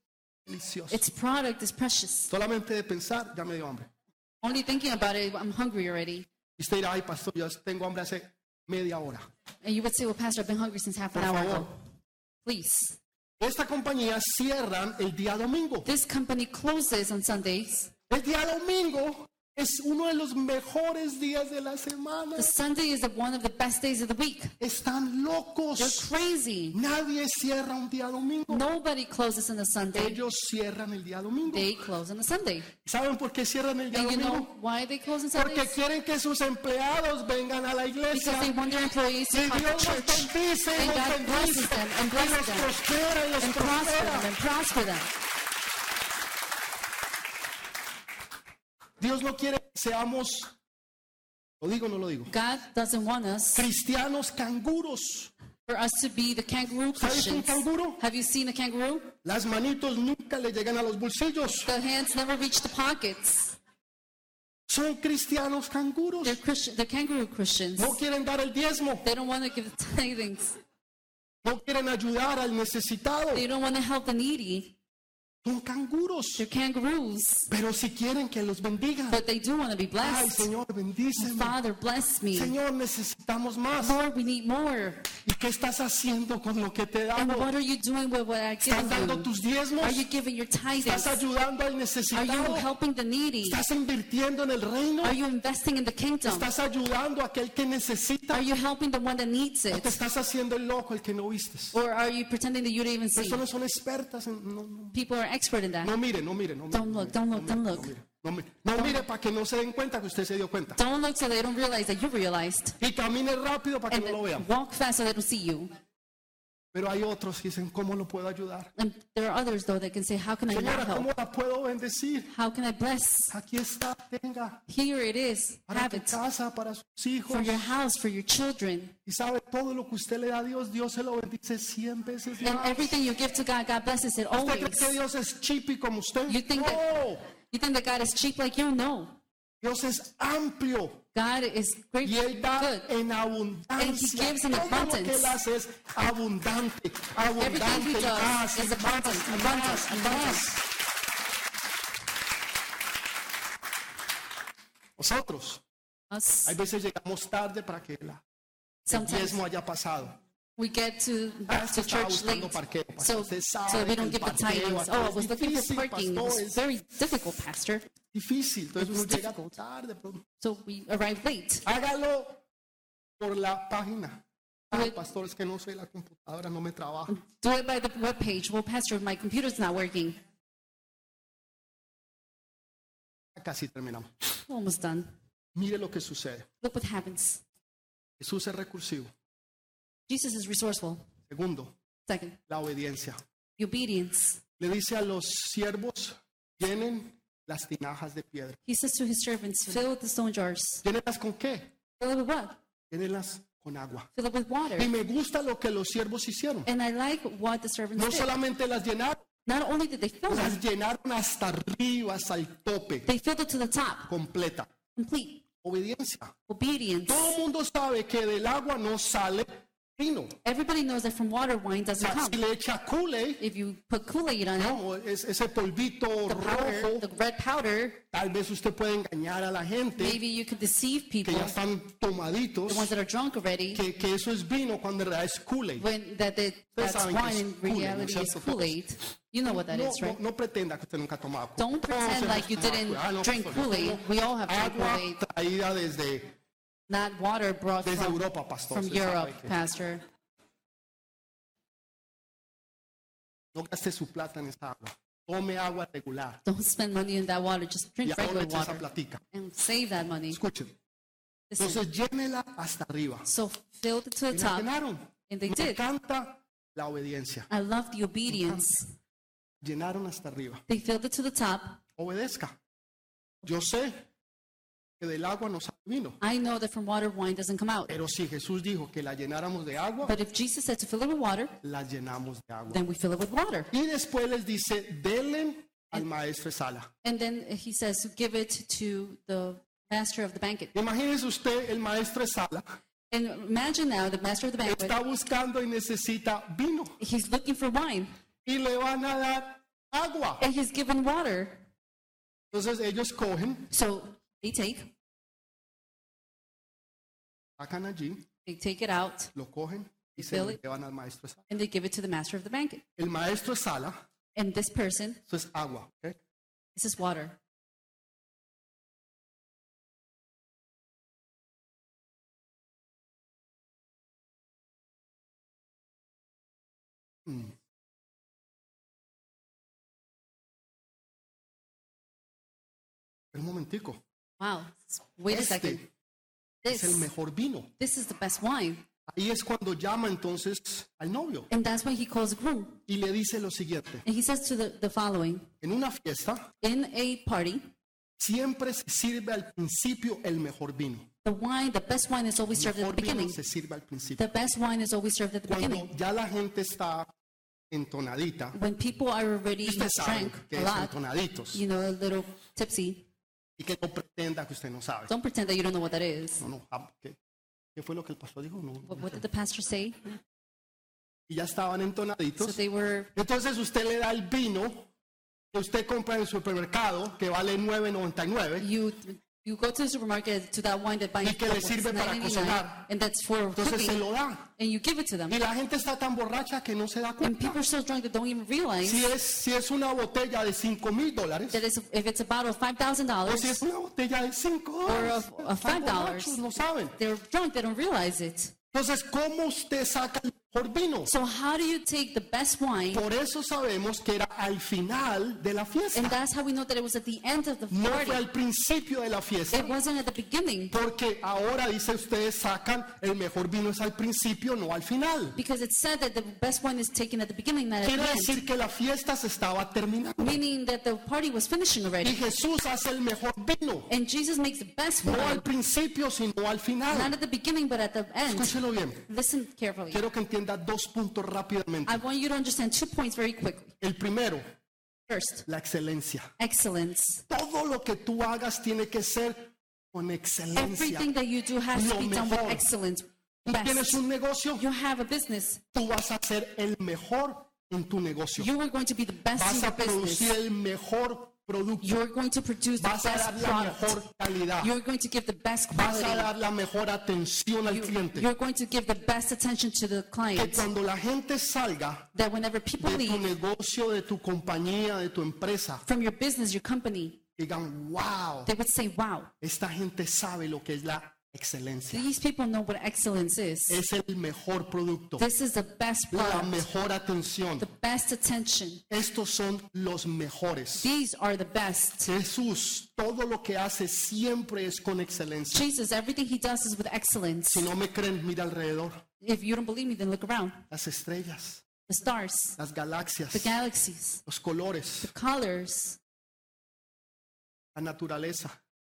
Speaker 1: delicioso.
Speaker 2: Its product is precious.
Speaker 1: Solamente de pensar, ya me dio hambre.
Speaker 2: Only thinking about it, I'm hungry already.
Speaker 1: Y usted dirá, ay, pastor, yo tengo hambre hace media hora.
Speaker 2: And you would say, well, Pastor, I've been hungry since half an
Speaker 1: Por
Speaker 2: hour
Speaker 1: favor.
Speaker 2: ago. Please.
Speaker 1: Esta compañía cierran el día domingo.
Speaker 2: This company closes on Sundays.
Speaker 1: El día domingo es uno de los mejores días de la semana.
Speaker 2: The Sunday is the, one of the best days of the week.
Speaker 1: Están
Speaker 2: They're
Speaker 1: locos.
Speaker 2: crazy.
Speaker 1: Nadie cierra un día domingo.
Speaker 2: Nobody closes on a Sunday.
Speaker 1: Ellos cierran el día domingo.
Speaker 2: They close on a Sunday.
Speaker 1: ¿Saben por qué cierran el día
Speaker 2: And you know
Speaker 1: domingo?
Speaker 2: why they close on
Speaker 1: Porque
Speaker 2: Sundays?
Speaker 1: quieren que sus empleados vengan a la iglesia.
Speaker 2: Because they want their employees
Speaker 1: Y
Speaker 2: to come to
Speaker 1: Dios los
Speaker 2: church.
Speaker 1: bendice, y
Speaker 2: And
Speaker 1: los
Speaker 2: God
Speaker 1: bendice,
Speaker 2: blesses them
Speaker 1: y
Speaker 2: and blesses
Speaker 1: los
Speaker 2: them
Speaker 1: prospera, y los
Speaker 2: and prosper them
Speaker 1: prospera.
Speaker 2: and prosper them.
Speaker 1: Dios no quiere que seamos, lo digo o no lo digo,
Speaker 2: God doesn't want us
Speaker 1: cristianos canguros.
Speaker 2: for us to be the kangaroo
Speaker 1: ¿Sabes un
Speaker 2: Christians.
Speaker 1: canguro?
Speaker 2: Have you seen a kangaroo?
Speaker 1: Las manitos nunca le llegan a los bolsillos.
Speaker 2: The hands never reach the pockets.
Speaker 1: Son cristianos canguros.
Speaker 2: They're Christian. They're kangaroo Christians.
Speaker 1: No quieren dar el diezmo.
Speaker 2: They don't want to give tithings.
Speaker 1: No quieren ayudar al necesitado.
Speaker 2: They don't want to help the needy.
Speaker 1: Son canguros.
Speaker 2: They're kangaroos,
Speaker 1: Pero si quieren que los bendigan.
Speaker 2: but they do want to be
Speaker 1: Ay,
Speaker 2: blessed.
Speaker 1: Señor, bendíceme.
Speaker 2: Father, bless me.
Speaker 1: Señor, necesitamos más.
Speaker 2: Lord, we need more.
Speaker 1: ¿Y qué estás haciendo con lo que te
Speaker 2: And
Speaker 1: damos?
Speaker 2: what are you doing with what I give
Speaker 1: ¿Estás dando
Speaker 2: you?
Speaker 1: tus diezmos?
Speaker 2: Are you giving your
Speaker 1: ¿Estás
Speaker 2: tithings?
Speaker 1: ayudando al
Speaker 2: Are you
Speaker 1: necesitado?
Speaker 2: helping the needy?
Speaker 1: ¿Estás invirtiendo en el reino?
Speaker 2: Are you investing in the kingdom?
Speaker 1: ¿Estás ayudando a aquel que necesita?
Speaker 2: Are you helping the one that needs
Speaker 1: ¿O te
Speaker 2: it?
Speaker 1: estás haciendo el loco, el que no vistes?
Speaker 2: Or are you pretending that you don't even see?
Speaker 1: Personas son expertas en... No, no,
Speaker 2: People are expert in that.
Speaker 1: no mire, no mire, no mire.
Speaker 2: Don't look, don't look, don't
Speaker 1: No
Speaker 2: look.
Speaker 1: mire, no mire. No mire para que no se den cuenta que usted se dio cuenta.
Speaker 2: Don't look so they don't realize that you realized.
Speaker 1: Y camine rápido para que
Speaker 2: And
Speaker 1: no lo vean.
Speaker 2: walk fast so they don't see you.
Speaker 1: Pero hay otros que dicen, ¿cómo lo puedo ayudar?
Speaker 2: And there are others, though, that can say, How can I not
Speaker 1: Señora, ¿cómo
Speaker 2: help?
Speaker 1: la puedo bendecir?
Speaker 2: How can I bless?
Speaker 1: Aquí está, tenga.
Speaker 2: Here it is.
Speaker 1: Para tu
Speaker 2: Have it.
Speaker 1: casa, para sus hijos.
Speaker 2: For your house, for your children.
Speaker 1: Y sabe, todo lo que usted le da a Dios, Dios se lo bendice 100 veces
Speaker 2: And
Speaker 1: más.
Speaker 2: everything you give to God, God blesses it
Speaker 1: ¿Usted cree que
Speaker 2: always.
Speaker 1: Dios es chippy como usted?
Speaker 2: You think that-
Speaker 1: No,
Speaker 2: You think that God is cheap like you? No.
Speaker 1: Dios es amplio
Speaker 2: God is great.
Speaker 1: y Él da
Speaker 2: Good.
Speaker 1: en abundancia.
Speaker 2: And He gives in
Speaker 1: Todo lo que
Speaker 2: abundance.
Speaker 1: Él hace es abundante,
Speaker 2: Everything He
Speaker 1: abundante, y más,
Speaker 2: does
Speaker 1: y
Speaker 2: is
Speaker 1: más,
Speaker 2: abundant,
Speaker 1: y
Speaker 2: abundant,
Speaker 1: más, y
Speaker 2: abundant.
Speaker 1: más. Nosotros,
Speaker 2: Us,
Speaker 1: hay veces llegamos tarde para que la- el
Speaker 2: sometimes
Speaker 1: diezmo haya pasado.
Speaker 2: we get to,
Speaker 1: Ah, es que
Speaker 2: to
Speaker 1: estaba
Speaker 2: church
Speaker 1: buscando
Speaker 2: late.
Speaker 1: parqueo, pastor.
Speaker 2: So,
Speaker 1: Usted sabe
Speaker 2: so we don't
Speaker 1: que el
Speaker 2: give the
Speaker 1: parqueo
Speaker 2: tidings.
Speaker 1: aquí
Speaker 2: Oh, I
Speaker 1: es
Speaker 2: was looking for
Speaker 1: difícil,
Speaker 2: parking. It
Speaker 1: pastor,
Speaker 2: was
Speaker 1: es-
Speaker 2: very difficult, Pastor.
Speaker 1: Difícil, entonces
Speaker 2: It's
Speaker 1: uno llega
Speaker 2: difficult.
Speaker 1: tarde. pero-
Speaker 2: So we arrived late.
Speaker 1: Hágalo por la página. Ah,
Speaker 2: Pues-
Speaker 1: pastor, es que no sé, la computadora no me trabaja.
Speaker 2: Do it by the webpage. Well, Pastor, my computer's not working.
Speaker 1: Casi terminamos.
Speaker 2: Almost done.
Speaker 1: Mire lo que sucede.
Speaker 2: Look what happens.
Speaker 1: Jesús es recursivo.
Speaker 2: Jesus is resourceful.
Speaker 1: Segundo,
Speaker 2: Second,
Speaker 1: la obediencia.
Speaker 2: the obedience.
Speaker 1: Le dice a los siervos, llenen las tinajas de piedra.
Speaker 2: He says to his servants, fill the stone jars.
Speaker 1: ¿Llénenlas con qué?
Speaker 2: Fill it with what?
Speaker 1: Llénenlas con agua.
Speaker 2: Fill it with water.
Speaker 1: Y me gusta lo que los siervos hicieron.
Speaker 2: And I like what the servants
Speaker 1: No
Speaker 2: did.
Speaker 1: solamente las llenaron,
Speaker 2: Not only did they fill it,
Speaker 1: las llenaron hasta arriba, hasta el tope,
Speaker 2: they filled it to the top.
Speaker 1: completa.
Speaker 2: Complete
Speaker 1: Obediencia.
Speaker 2: obedience.
Speaker 1: Todo el mundo sabe que del agua no sale vino.
Speaker 2: Everybody knows that from water, wine
Speaker 1: O
Speaker 2: doesn't
Speaker 1: sea,
Speaker 2: come.
Speaker 1: si le echa Kool-Aid,
Speaker 2: If you put Kool-Aid on it,
Speaker 1: no, es- ese polvito
Speaker 2: the powder,
Speaker 1: rojo,
Speaker 2: the red powder,
Speaker 1: tal vez usted puede engañar a la gente
Speaker 2: maybe you could deceive
Speaker 1: que
Speaker 2: people,
Speaker 1: ya están tomaditos,
Speaker 2: the ones that are drunk already,
Speaker 1: que, que eso es vino cuando en realidad es Kool-Aid.
Speaker 2: when that they, that's
Speaker 1: saben que
Speaker 2: wine
Speaker 1: es
Speaker 2: in
Speaker 1: Kool-Aid, ¿no es
Speaker 2: reality is
Speaker 1: cierto?
Speaker 2: Kool-Aid. You know what that
Speaker 1: No,
Speaker 2: is,
Speaker 1: no,
Speaker 2: right?
Speaker 1: no pretenda que usted nunca ha tomado Kool-Aid.
Speaker 2: Don't pretend
Speaker 1: se
Speaker 2: like you
Speaker 1: nos toma
Speaker 2: didn't
Speaker 1: Kool-Aid. Ah, no,
Speaker 2: drink
Speaker 1: pastor, yo
Speaker 2: Kool-Aid. We all have drank
Speaker 1: tomo
Speaker 2: Kool-Aid.
Speaker 1: Agua traída desde,
Speaker 2: Not water brought
Speaker 1: desde
Speaker 2: from,
Speaker 1: Europa, pastor.
Speaker 2: from
Speaker 1: se sabe
Speaker 2: Europe,
Speaker 1: que-
Speaker 2: Pastor.
Speaker 1: No gaste su plata en esa agua. Tome agua regular
Speaker 2: Don't spend money on that water. Just
Speaker 1: y
Speaker 2: drink regular
Speaker 1: ahorre esa
Speaker 2: water
Speaker 1: platica.
Speaker 2: and save that money.
Speaker 1: Escuchen.
Speaker 2: Listen,
Speaker 1: Entonces llénela hasta arriba.
Speaker 2: so fill it to the
Speaker 1: Y la
Speaker 2: top.
Speaker 1: llenaron.
Speaker 2: And they
Speaker 1: Me
Speaker 2: did.
Speaker 1: encanta la obediencia.
Speaker 2: I love the obedience.
Speaker 1: Llenaron hasta arriba.
Speaker 2: They filled it to the top.
Speaker 1: Obedezca. Yo sé que del agua no sale vino.
Speaker 2: I know that from water, wine doesn't come out.
Speaker 1: Pero si Jesús dijo que la llenáramos de agua,
Speaker 2: But if Jesus said to fill it with water,
Speaker 1: la llenamos de agua.
Speaker 2: then we fill it with water.
Speaker 1: Y después les dice, denle al maestro Sala.
Speaker 2: And then he says, give it to the master of the banquet.
Speaker 1: Imagínese usted, el maestro Sala
Speaker 2: And imagine now the master of the banquet,
Speaker 1: está buscando y necesita vino
Speaker 2: he's looking for wine
Speaker 1: y le van a dar agua.
Speaker 2: and he's given water.
Speaker 1: Entonces ellos cogen,
Speaker 2: So they take,
Speaker 1: sacan allí,
Speaker 2: they take it out
Speaker 1: lo cogen y se lo
Speaker 2: Billy.
Speaker 1: llevan al maestro Sala.
Speaker 2: and they give it to the master of the banquet.
Speaker 1: El maestro Sala,
Speaker 2: And this person,
Speaker 1: eso es agua. ¿ok?
Speaker 2: this is water.
Speaker 1: Mm. Pero Un momentico.
Speaker 2: Wow. Wait a second.
Speaker 1: Este es el
Speaker 2: This,
Speaker 1: mejor vino.
Speaker 2: this is the best wine.
Speaker 1: Ahí es cuando llama entonces al novio
Speaker 2: And that's why he calls groom.
Speaker 1: y le dice lo siguiente.
Speaker 2: And he says to the, the following
Speaker 1: En una fiesta
Speaker 2: In a party,
Speaker 1: siempre se sirve al principio el mejor vino.
Speaker 2: the wine, the best wine is always
Speaker 1: El
Speaker 2: served at
Speaker 1: mejor
Speaker 2: the
Speaker 1: vino
Speaker 2: beginning.
Speaker 1: se sirve al principio.
Speaker 2: The best wine is always served at the
Speaker 1: Cuando
Speaker 2: beginning.
Speaker 1: ya la gente está entonadita,
Speaker 2: When people are already
Speaker 1: ustedes saben
Speaker 2: drank
Speaker 1: que
Speaker 2: a
Speaker 1: es
Speaker 2: lot,
Speaker 1: entonaditos
Speaker 2: you know, a little tipsy,
Speaker 1: y que no pretenda que usted no sabe.
Speaker 2: don't pretend that you don't know what that is.
Speaker 1: No, no, ah, ¿qué, qué fue lo que el pastor dijo? No,
Speaker 2: What, what did the pastor say?
Speaker 1: y ya estaban
Speaker 2: So
Speaker 1: entonaditos.
Speaker 2: they were,
Speaker 1: Entonces usted le da el vino que usted compra en el supermercado, que vale 9.99.
Speaker 2: you you go to the supermarket to that wine that buys
Speaker 1: Y que les sirve para cocinar.
Speaker 2: and that's for
Speaker 1: Entonces se
Speaker 2: cooking,
Speaker 1: lo da.
Speaker 2: and you give it to them.
Speaker 1: Y la gente está tan borracha que no se da
Speaker 2: And
Speaker 1: cuenta.
Speaker 2: people are so drunk that don't even realize
Speaker 1: Si es, si es una botella de 5 mil dólares
Speaker 2: that it's, if it's a bottle of
Speaker 1: o si
Speaker 2: $5,000
Speaker 1: es una botella de 5
Speaker 2: or
Speaker 1: dólares.
Speaker 2: of, of
Speaker 1: están
Speaker 2: $5,
Speaker 1: borrachos, no saben.
Speaker 2: they're drunk, they don't realize it.
Speaker 1: Entonces, ¿cómo usted saca el mejor vino?
Speaker 2: So how do you take the best wine?
Speaker 1: Por eso sabemos que era al final de la
Speaker 2: And
Speaker 1: fiesta.
Speaker 2: that's how we know that it was at the end of the
Speaker 1: No
Speaker 2: party.
Speaker 1: fue al principio de la fiesta.
Speaker 2: It wasn't at the beginning
Speaker 1: Porque ahora dice ustedes sacan el mejor vino es al principio, no al final.
Speaker 2: because it said that the best wine is taken at the beginning, not at
Speaker 1: Quiere
Speaker 2: the end.
Speaker 1: decir que la fiesta se estaba terminando.
Speaker 2: Meaning that the party was finishing
Speaker 1: Y
Speaker 2: already.
Speaker 1: Jesús hace el mejor vino,
Speaker 2: And Jesus makes the best
Speaker 1: no al
Speaker 2: wine,
Speaker 1: principio, sino al
Speaker 2: not
Speaker 1: final.
Speaker 2: at the beginning, but at the end.
Speaker 1: Escúchelo bien.
Speaker 2: Listen carefully.
Speaker 1: Quiero que entienda dos puntos rápidamente.
Speaker 2: I want you to understand two points very quickly.
Speaker 1: El primero,
Speaker 2: First,
Speaker 1: la excelencia.
Speaker 2: excellence.
Speaker 1: Todo lo que tú hagas tiene que ser con excelencia.
Speaker 2: Everything that you do has to
Speaker 1: Lo
Speaker 2: be done with
Speaker 1: mejor.
Speaker 2: excellence.
Speaker 1: Tú tienes
Speaker 2: Best.
Speaker 1: un negocio,
Speaker 2: You have a business.
Speaker 1: tú vas a ser el mejor en tu negocio.
Speaker 2: You are going to be the best in
Speaker 1: Vas
Speaker 2: your
Speaker 1: a producir
Speaker 2: business.
Speaker 1: el mejor producto.
Speaker 2: You're going to produce the
Speaker 1: Vas a dar
Speaker 2: best
Speaker 1: la
Speaker 2: product.
Speaker 1: mejor calidad.
Speaker 2: You're going to give the best
Speaker 1: Vas a
Speaker 2: quality.
Speaker 1: dar la mejor atención al cliente.
Speaker 2: You're going to give the best attention to the
Speaker 1: Que
Speaker 2: client.
Speaker 1: cuando la gente salga
Speaker 2: That whenever people
Speaker 1: de tu
Speaker 2: leave
Speaker 1: negocio, de tu compañía, de tu empresa,
Speaker 2: from your business, your company,
Speaker 1: digan, wow,
Speaker 2: they would say, wow,
Speaker 1: esta gente sabe lo que es la excelencia.
Speaker 2: these people know what excellence is.
Speaker 1: Es el mejor producto,
Speaker 2: This is the best
Speaker 1: la
Speaker 2: product,
Speaker 1: mejor atención.
Speaker 2: the best attention.
Speaker 1: Estos son los mejores.
Speaker 2: These are the best.
Speaker 1: Jesús, todo lo que hace siempre es con excelencia.
Speaker 2: Jesus, everything he does is with excellence.
Speaker 1: Si no me creen, mira alrededor.
Speaker 2: If you don't believe me, then look around.
Speaker 1: Las estrellas,
Speaker 2: The stars,
Speaker 1: las galaxias,
Speaker 2: the galaxies,
Speaker 1: los colores,
Speaker 2: the colors,
Speaker 1: la naturaleza.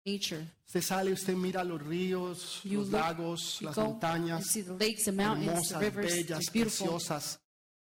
Speaker 2: nature.
Speaker 1: Usted sale, usted mira los ríos,
Speaker 2: You
Speaker 1: los
Speaker 2: look-
Speaker 1: lagos,
Speaker 2: You
Speaker 1: las
Speaker 2: go and
Speaker 1: montañas,
Speaker 2: see the lakes, the mountains, the
Speaker 1: hermosas,
Speaker 2: rivers,
Speaker 1: bellas,
Speaker 2: it's beautiful.
Speaker 1: preciosas.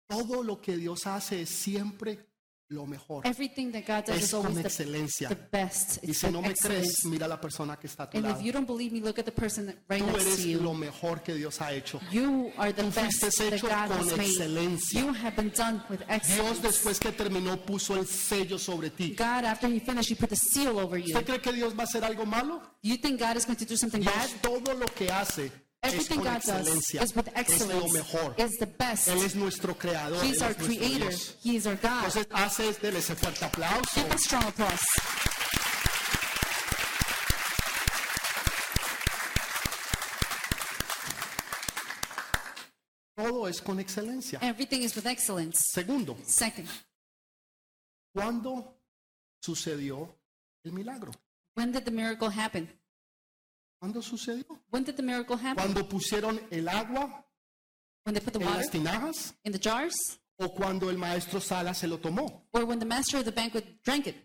Speaker 1: Todo lo que Dios hace es siempre lo mejor.
Speaker 2: Everything that God does
Speaker 1: Es
Speaker 2: is always
Speaker 1: con
Speaker 2: the, the
Speaker 1: excelencia.
Speaker 2: best.
Speaker 1: Y
Speaker 2: It's
Speaker 1: si
Speaker 2: with
Speaker 1: no me
Speaker 2: excellence.
Speaker 1: crees, mira a la persona que está a tu
Speaker 2: And if
Speaker 1: lado.
Speaker 2: you don't believe me, look at the person that- right
Speaker 1: Tú
Speaker 2: next
Speaker 1: eres
Speaker 2: to you.
Speaker 1: lo mejor que Dios ha hecho.
Speaker 2: You are the
Speaker 1: Tú
Speaker 2: best
Speaker 1: fuiste
Speaker 2: that
Speaker 1: hecho
Speaker 2: God
Speaker 1: con
Speaker 2: has made.
Speaker 1: excelencia.
Speaker 2: You have been done with
Speaker 1: Dios
Speaker 2: excellence.
Speaker 1: después que terminó puso el sello sobre ti.
Speaker 2: God, after He finished, He put the seal over you.
Speaker 1: ¿Usted cree que Dios va a hacer algo malo?
Speaker 2: You think God is going to do something bad?
Speaker 1: Dios todo lo que hace es
Speaker 2: Everything
Speaker 1: con
Speaker 2: God does
Speaker 1: excelencia.
Speaker 2: is with
Speaker 1: Es lo
Speaker 2: excellence.
Speaker 1: mejor.
Speaker 2: Is the best.
Speaker 1: Él es nuestro creador. Él
Speaker 2: He's
Speaker 1: es
Speaker 2: our
Speaker 1: nuestro
Speaker 2: Creator.
Speaker 1: Dios.
Speaker 2: He is our God.
Speaker 1: Entonces haces, dele ese fuerte aplauso.
Speaker 2: Give a strong applause.
Speaker 1: Todo es con excelencia.
Speaker 2: Everything is with excellence.
Speaker 1: Segundo,
Speaker 2: Second,
Speaker 1: ¿Cuándo sucedió el milagro?
Speaker 2: When did the miracle happen?
Speaker 1: ¿Cuándo sucedió?
Speaker 2: When did the miracle happen?
Speaker 1: ¿Cuando pusieron el agua
Speaker 2: When they put the
Speaker 1: en
Speaker 2: water
Speaker 1: las tinajas?
Speaker 2: in the jars?
Speaker 1: ¿O cuando el maestro Sala se lo tomó?
Speaker 2: Or when the master of the banquet drank it?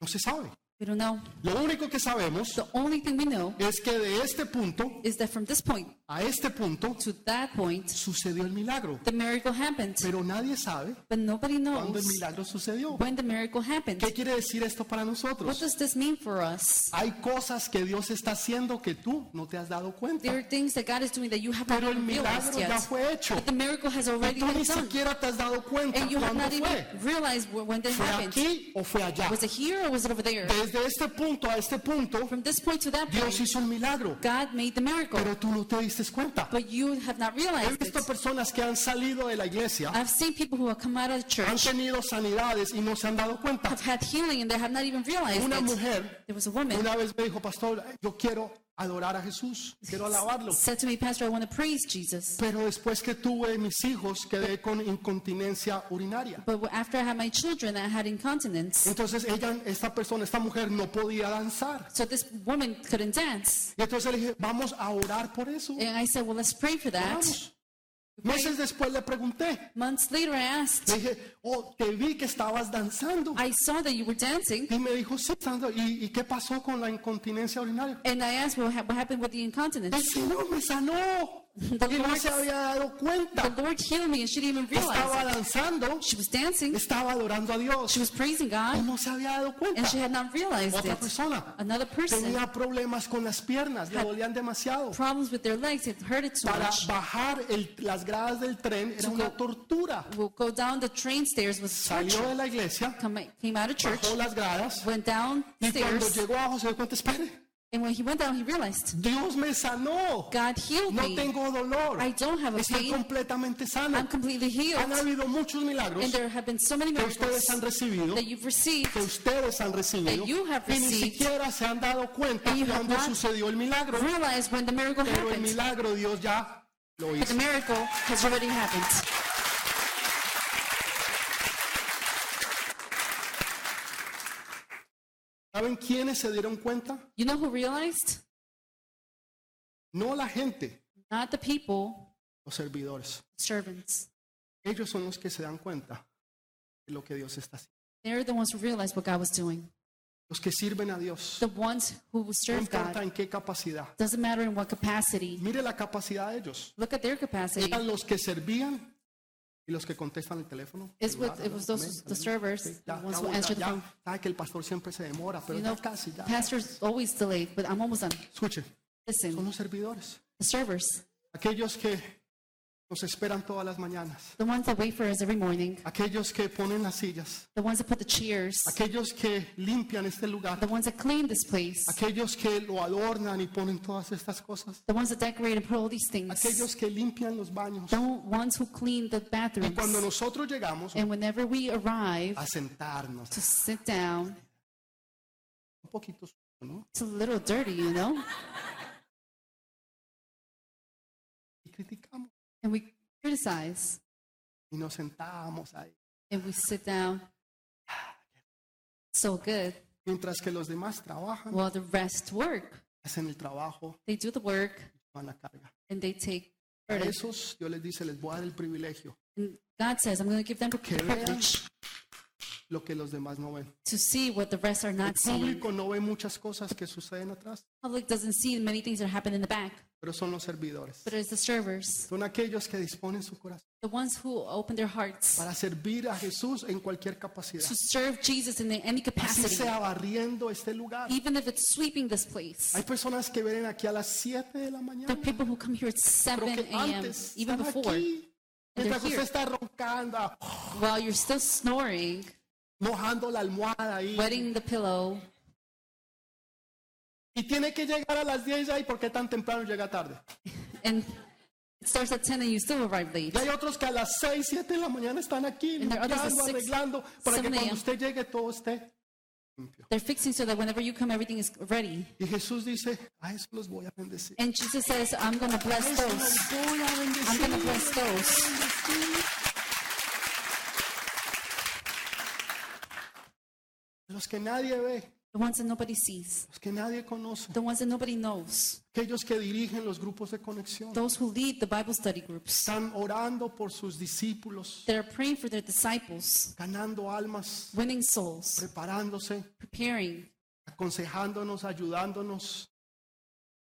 Speaker 1: No se sabe.
Speaker 2: We don't know.
Speaker 1: Lo único que sabemos
Speaker 2: The only thing we know
Speaker 1: es que de este punto
Speaker 2: is that from this point
Speaker 1: a este punto
Speaker 2: to that point,
Speaker 1: sucedió el milagro.
Speaker 2: the miracle happened.
Speaker 1: Pero nadie sabe
Speaker 2: But nobody
Speaker 1: cuándo el
Speaker 2: knows
Speaker 1: milagro sucedió.
Speaker 2: when the miracle happened.
Speaker 1: ¿Qué quiere decir esto para
Speaker 2: What
Speaker 1: nosotros?
Speaker 2: does this mean for us?
Speaker 1: Hay cosas que Dios está haciendo que tú no te has dado cuenta.
Speaker 2: There are things that God is doing that you haven't
Speaker 1: Pero el
Speaker 2: realized
Speaker 1: milagro ya
Speaker 2: yet.
Speaker 1: fue hecho.
Speaker 2: But the miracle has
Speaker 1: Y
Speaker 2: already
Speaker 1: tú
Speaker 2: been
Speaker 1: ni
Speaker 2: done.
Speaker 1: siquiera te has dado cuenta
Speaker 2: And you have
Speaker 1: cuándo
Speaker 2: not even
Speaker 1: fue.
Speaker 2: realized wh- when that
Speaker 1: ¿Fue
Speaker 2: happened.
Speaker 1: aquí o fue allá?
Speaker 2: Was it here or was it over there?
Speaker 1: Desde este punto a este punto,
Speaker 2: From this point to that
Speaker 1: Dios
Speaker 2: point,
Speaker 1: hizo un milagro,
Speaker 2: God made the miracle.
Speaker 1: pero tú no te diste cuenta.
Speaker 2: But you have not
Speaker 1: He
Speaker 2: realized it.
Speaker 1: visto personas que han salido de la iglesia,
Speaker 2: I've seen people who have come out of the
Speaker 1: han
Speaker 2: church,
Speaker 1: tenido sanidades y no se han dado cuenta.
Speaker 2: have had healing, and they have not even realized
Speaker 1: Una
Speaker 2: it.
Speaker 1: mujer
Speaker 2: There was a woman
Speaker 1: Una vez me dijo, pastor, yo quiero adorar a Jesús, quiero alabarlo.
Speaker 2: said to me, Pastor, I want to praise Jesus.
Speaker 1: Pero después que tuve mis hijos, quedé con incontinencia urinaria.
Speaker 2: But after I had my children, I had incontinence.
Speaker 1: Entonces ella, esta persona, esta mujer, no podía danzar.
Speaker 2: So this woman couldn't dance.
Speaker 1: Y entonces le dije, vamos a orar por eso.
Speaker 2: And I said, Well, let's pray for that.
Speaker 1: Vamos. Meses después le pregunté,
Speaker 2: Months later, I
Speaker 1: le
Speaker 2: asked,
Speaker 1: dije, oh, te vi que estabas danzando.
Speaker 2: I saw that you were dancing.
Speaker 1: Y me dijo, sí, Sandra, ¿y, y qué pasó con la incontinencia urinaria?
Speaker 2: And I asked, Well, ha- what happened with the
Speaker 1: El
Speaker 2: incontinence?
Speaker 1: Señor me sanó. Y no se había dado cuenta.
Speaker 2: The Lord healed me, and she didn't even realize.
Speaker 1: Estaba
Speaker 2: it.
Speaker 1: danzando,
Speaker 2: She was dancing,
Speaker 1: estaba adorando a Dios.
Speaker 2: she was praising
Speaker 1: Y
Speaker 2: God,
Speaker 1: no se había dado
Speaker 2: and
Speaker 1: cuenta.
Speaker 2: she had not realized
Speaker 1: Oh Otra
Speaker 2: it.
Speaker 1: persona
Speaker 2: Another person
Speaker 1: tenía problemas con las piernas, le
Speaker 2: Had-
Speaker 1: dolían demasiado.
Speaker 2: problems with their legs. It hurted so
Speaker 1: Para
Speaker 2: much.
Speaker 1: bajar el- las gradas del tren era una tortura.
Speaker 2: Will go down the train stairs was
Speaker 1: Salió
Speaker 2: torture.
Speaker 1: de la iglesia,
Speaker 2: Come, came out of church,
Speaker 1: bajó las gradas
Speaker 2: went down
Speaker 1: y cuando
Speaker 2: stairs,
Speaker 1: llegó abajo se dio cuenta, espere,
Speaker 2: and when he went down, he realized
Speaker 1: Dios me sanó,
Speaker 2: God healed
Speaker 1: no
Speaker 2: me.
Speaker 1: tengo dolor,
Speaker 2: I don't have a
Speaker 1: estoy
Speaker 2: pain.
Speaker 1: completamente sano.
Speaker 2: I'm completely
Speaker 1: Han
Speaker 2: healed.
Speaker 1: habido muchos milagros
Speaker 2: And there have been so many
Speaker 1: que
Speaker 2: miracles
Speaker 1: ustedes han recibido,
Speaker 2: that you've received,
Speaker 1: que ustedes han recibido
Speaker 2: that you have
Speaker 1: y ni
Speaker 2: received,
Speaker 1: siquiera se han dado cuenta
Speaker 2: and you have
Speaker 1: cuando
Speaker 2: not
Speaker 1: sucedió el milagro.
Speaker 2: realized when the miracle
Speaker 1: Pero el
Speaker 2: happened.
Speaker 1: milagro Dios ya lo
Speaker 2: But
Speaker 1: hizo.
Speaker 2: the miracle has already happened.
Speaker 1: ¿Saben quiénes se dieron cuenta?
Speaker 2: You know who realized?
Speaker 1: No la gente,
Speaker 2: Not the people,
Speaker 1: los servidores.
Speaker 2: servants.
Speaker 1: Ellos son los que se dan cuenta de lo que Dios está haciendo.
Speaker 2: They're the ones who realized what God was doing.
Speaker 1: Los que sirven a Dios.
Speaker 2: The ones who will
Speaker 1: No
Speaker 2: serve
Speaker 1: importa
Speaker 2: God.
Speaker 1: en qué capacidad.
Speaker 2: Doesn't matter in what capacity.
Speaker 1: Mire la capacidad de ellos.
Speaker 2: Look at their capacity.
Speaker 1: Eran los que servían y los que contestan el teléfono.
Speaker 2: It's what,
Speaker 1: celular,
Speaker 2: it was
Speaker 1: ¿no?
Speaker 2: those
Speaker 1: Amén,
Speaker 2: the servers, the
Speaker 1: Ya,
Speaker 2: ones
Speaker 1: ya
Speaker 2: who
Speaker 1: voy,
Speaker 2: answered the
Speaker 1: ya,
Speaker 2: phone.
Speaker 1: ya. Sabe que el pastor siempre se demora, pero
Speaker 2: You
Speaker 1: ya
Speaker 2: know,
Speaker 1: casi, ya.
Speaker 2: pastor's always delayed, but I'm almost done.
Speaker 1: Escuchen, son
Speaker 2: Listen,
Speaker 1: los servidores.
Speaker 2: the servers,
Speaker 1: Aquellos que nos esperan todas las mañanas.
Speaker 2: the ones that wait for us every morning,
Speaker 1: Aquellos que ponen las sillas.
Speaker 2: the ones that put the chairs,
Speaker 1: Aquellos que limpian este lugar.
Speaker 2: the ones that clean this place,
Speaker 1: aquellos que lo adornan y ponen todas estas cosas,
Speaker 2: the ones that decorate and put all these things,
Speaker 1: aquellos que limpian los baños.
Speaker 2: the ones who clean the
Speaker 1: Y cuando
Speaker 2: bathrooms.
Speaker 1: nosotros llegamos
Speaker 2: And whenever we arrive
Speaker 1: a sentarnos,
Speaker 2: to sit down,
Speaker 1: un poquito, sucio, ¿no?
Speaker 2: it's a little dirty, you know?
Speaker 1: Y criticamos
Speaker 2: And we criticize
Speaker 1: y nos sentamos ahí,
Speaker 2: and we sit down. So good.
Speaker 1: mientras que los demás trabajan,
Speaker 2: While the rest work,
Speaker 1: hacen el trabajo,
Speaker 2: they do the work
Speaker 1: van a carga.
Speaker 2: and they take
Speaker 1: A
Speaker 2: credit.
Speaker 1: esos Dios les dice, les voy a dar el privilegio,
Speaker 2: And God says, I'm going to give them the
Speaker 1: Que vean.
Speaker 2: privilege
Speaker 1: lo que los demás no ven.
Speaker 2: to see what the rest are
Speaker 1: El
Speaker 2: not seeing.
Speaker 1: público no ve muchas cosas que suceden atrás,
Speaker 2: Public doesn't see many things that happen in the back,
Speaker 1: pero son los servidores.
Speaker 2: but it's the servers,
Speaker 1: Son aquellos que disponen su corazón
Speaker 2: the ones who open their hearts
Speaker 1: para servir a Jesús en cualquier capacidad.
Speaker 2: to serve Jesus in
Speaker 1: Así
Speaker 2: any capacity,
Speaker 1: sea barriendo este lugar.
Speaker 2: even if it's sweeping this place.
Speaker 1: Hay personas que vienen aquí a las 7 de la
Speaker 2: There
Speaker 1: mañana,
Speaker 2: are people who come here at 7
Speaker 1: pero que
Speaker 2: a.m.,
Speaker 1: antes
Speaker 2: em, even
Speaker 1: están
Speaker 2: before,
Speaker 1: aquí.
Speaker 2: And
Speaker 1: Mientras
Speaker 2: they're
Speaker 1: usted está
Speaker 2: here.
Speaker 1: roncando, ah,
Speaker 2: while you're still snoring,
Speaker 1: mojando la almohada ahí.
Speaker 2: wetting the pillow,
Speaker 1: Y tiene que llegar a las 10 ahí porque tan temprano llega tarde.
Speaker 2: and it starts at 10 and you still arrive late.
Speaker 1: Y hay otros que a las 6, 7 de la mañana están aquí,
Speaker 2: And there are others at
Speaker 1: limpiando,
Speaker 2: 6,
Speaker 1: arreglando, para que
Speaker 2: 7
Speaker 1: cuando
Speaker 2: a.m..
Speaker 1: usted llegue todo esté limpio.
Speaker 2: They're fixing so that whenever you come, everything is ready.
Speaker 1: Y Jesús dice, a eso los voy a bendecir.
Speaker 2: And Jesus says, I'm going to
Speaker 1: A
Speaker 2: bless
Speaker 1: eso
Speaker 2: those.
Speaker 1: los voy a
Speaker 2: I'm
Speaker 1: bendecir.
Speaker 2: going to bless those.
Speaker 1: que nadie ve,
Speaker 2: the ones that nobody sees,
Speaker 1: los que nadie conoce,
Speaker 2: the ones that nobody knows,
Speaker 1: aquellos que dirigen los grupos de conexión,
Speaker 2: those who lead the Bible study groups,
Speaker 1: están orando por sus discípulos,
Speaker 2: that are praying for their disciples,
Speaker 1: ganando almas,
Speaker 2: winning souls,
Speaker 1: preparándose,
Speaker 2: preparing,
Speaker 1: aconsejándonos, ayudándonos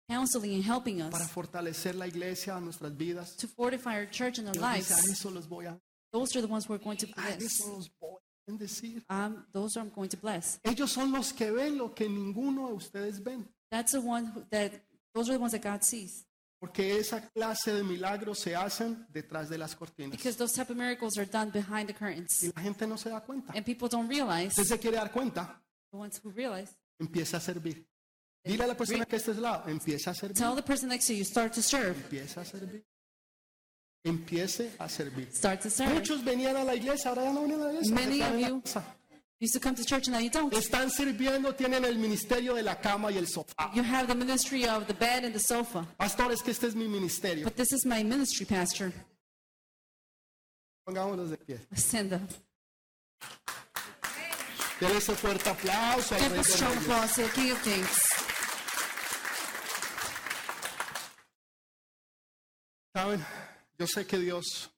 Speaker 2: counseling, and helping
Speaker 1: para
Speaker 2: us
Speaker 1: fortalecer la iglesia, nuestras vidas.
Speaker 2: to fortify our church and our
Speaker 1: Dios dice, a
Speaker 2: lives.
Speaker 1: eso los voy a,
Speaker 2: Those are the ones we're going to
Speaker 1: a
Speaker 2: bless.
Speaker 1: eso los voy a bendecir.
Speaker 2: Um, those are I'm going to bless.
Speaker 1: Ellos son los que ven lo que ninguno de ustedes ven,
Speaker 2: That's the one who, that those are the ones that God sees
Speaker 1: porque esa clase de milagros se hacen detrás de las cortinas
Speaker 2: because those type of miracles are done behind the curtains
Speaker 1: y la gente no se da cuenta.
Speaker 2: and people don't realize.
Speaker 1: Usted se quiere dar cuenta,
Speaker 2: The ones who realize.
Speaker 1: empieza a servir. Dile a la persona que está a su lado, empieza a servir,
Speaker 2: Tell the person next to you, start to serve.
Speaker 1: empieza a servir. Empiece a servir.
Speaker 2: Start to serve.
Speaker 1: Muchos venían a la iglesia, ahora ya no vienen a la iglesia.
Speaker 2: Many
Speaker 1: están
Speaker 2: of
Speaker 1: en la
Speaker 2: you-
Speaker 1: casa.
Speaker 2: You used to come to church and now you don't.
Speaker 1: Están sirviendo, tienen el ministerio de la cama y el sofá.
Speaker 2: You have the ministry of the bed and the sofa.
Speaker 1: Pastor, es que este es mi ministerio.
Speaker 2: But this is my ministry, Pastor.
Speaker 1: Pongámonos de pie.
Speaker 2: Stand up.
Speaker 1: Dele ese fuerte aplauso. al
Speaker 2: Give
Speaker 1: Rey
Speaker 2: a
Speaker 1: de
Speaker 2: strong
Speaker 1: Reyes.
Speaker 2: applause to the King of Kings.
Speaker 1: Saben, yo sé que Dios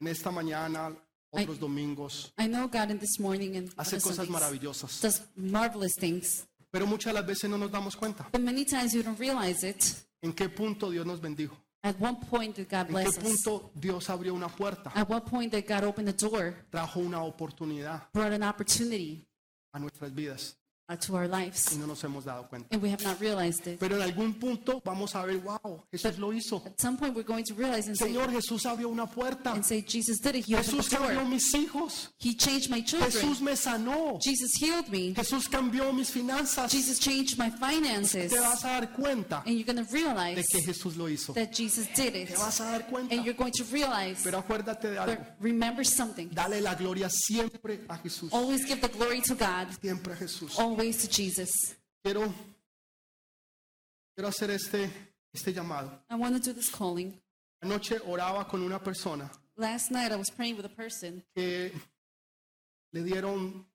Speaker 1: en esta mañana, otros domingos,
Speaker 2: I know God in this morning and
Speaker 1: hace
Speaker 2: other
Speaker 1: cosas
Speaker 2: Sundays
Speaker 1: maravillosas,
Speaker 2: does marvelous things.
Speaker 1: pero muchas de las veces no nos damos cuenta
Speaker 2: But many times you don't realize it.
Speaker 1: en qué punto Dios nos bendijo,
Speaker 2: At one point did
Speaker 1: en
Speaker 2: God
Speaker 1: qué
Speaker 2: bless us.
Speaker 1: punto Dios abrió una puerta,
Speaker 2: At what point did God open the door,
Speaker 1: trajo una oportunidad
Speaker 2: brought an opportunity
Speaker 1: a nuestras vidas
Speaker 2: uh, to our
Speaker 1: y
Speaker 2: lives,
Speaker 1: no nos hemos dado cuenta.
Speaker 2: and we have not realized it.
Speaker 1: Pero en algún punto vamos a ver, wow, Jesús lo hizo.
Speaker 2: At some point, we're going to realize and say,
Speaker 1: Señor, Jesús abrió una puerta.
Speaker 2: and say, Jesus did it. He opened
Speaker 1: Jesús
Speaker 2: the
Speaker 1: cambió
Speaker 2: door.
Speaker 1: mis hijos.
Speaker 2: He changed my children.
Speaker 1: Jesús me sanó.
Speaker 2: Jesus healed me.
Speaker 1: Jesús cambió mis finanzas.
Speaker 2: Jesus changed my finances.
Speaker 1: Te vas a dar cuenta
Speaker 2: And you're going to
Speaker 1: de
Speaker 2: realize
Speaker 1: que Jesús lo hizo.
Speaker 2: that Jesus did it.
Speaker 1: Te vas a dar cuenta.
Speaker 2: And you're going to realize,
Speaker 1: Pero acuérdate de algo.
Speaker 2: but remember something.
Speaker 1: Dale la gloria siempre a Jesús.
Speaker 2: Always give the glory to God,
Speaker 1: Siempre a Jesús.
Speaker 2: always to Jesus.
Speaker 1: Quiero, quiero hacer este, este llamado.
Speaker 2: I want to do this calling.
Speaker 1: Anoche oraba con una persona
Speaker 2: Last night, I was praying with a person
Speaker 1: que le dieron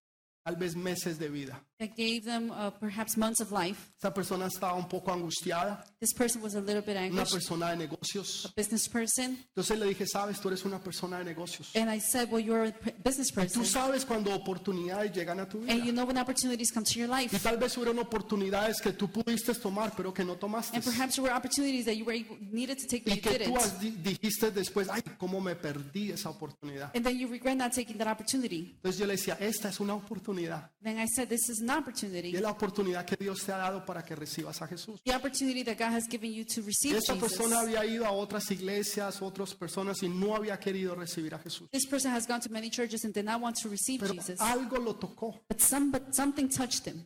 Speaker 1: tal vez meses de vida.
Speaker 2: that gave them uh, perhaps months of life.
Speaker 1: Esta persona estaba un poco angustiada,
Speaker 2: This person was a little bit
Speaker 1: una
Speaker 2: anguished,
Speaker 1: persona de negocios.
Speaker 2: business person.
Speaker 1: Entonces le dije, sabes, tú eres una persona de negocios.
Speaker 2: And I said, Well, you're a p- business person.
Speaker 1: Tú sabes cuando oportunidades llegan a tu vida.
Speaker 2: And you know when opportunities come to your
Speaker 1: Y
Speaker 2: life.
Speaker 1: tal vez hubieron oportunidades que tú pudiste tomar, pero que no tomaste.
Speaker 2: And perhaps there were opportunities that you were able, needed to take, but
Speaker 1: Y
Speaker 2: you
Speaker 1: que tú
Speaker 2: didn't.
Speaker 1: has- di- dijiste después, ay, cómo me perdí esa oportunidad.
Speaker 2: And then you regret not taking that opportunity.
Speaker 1: Entonces yo le decía, esta es una oportunidad.
Speaker 2: Then I said, This is an
Speaker 1: Y
Speaker 2: opportunity.
Speaker 1: es la oportunidad que Dios te ha dado para que recibas a Jesús.
Speaker 2: The opportunity that God has given you to
Speaker 1: Y
Speaker 2: receive
Speaker 1: Esta persona
Speaker 2: Jesus.
Speaker 1: había ido a otras iglesias, otras personas y no había querido recibir a Jesús.
Speaker 2: This person has gone to many churches and did not want to receive
Speaker 1: Pero
Speaker 2: Jesus.
Speaker 1: algo lo tocó
Speaker 2: But, some, but something touched him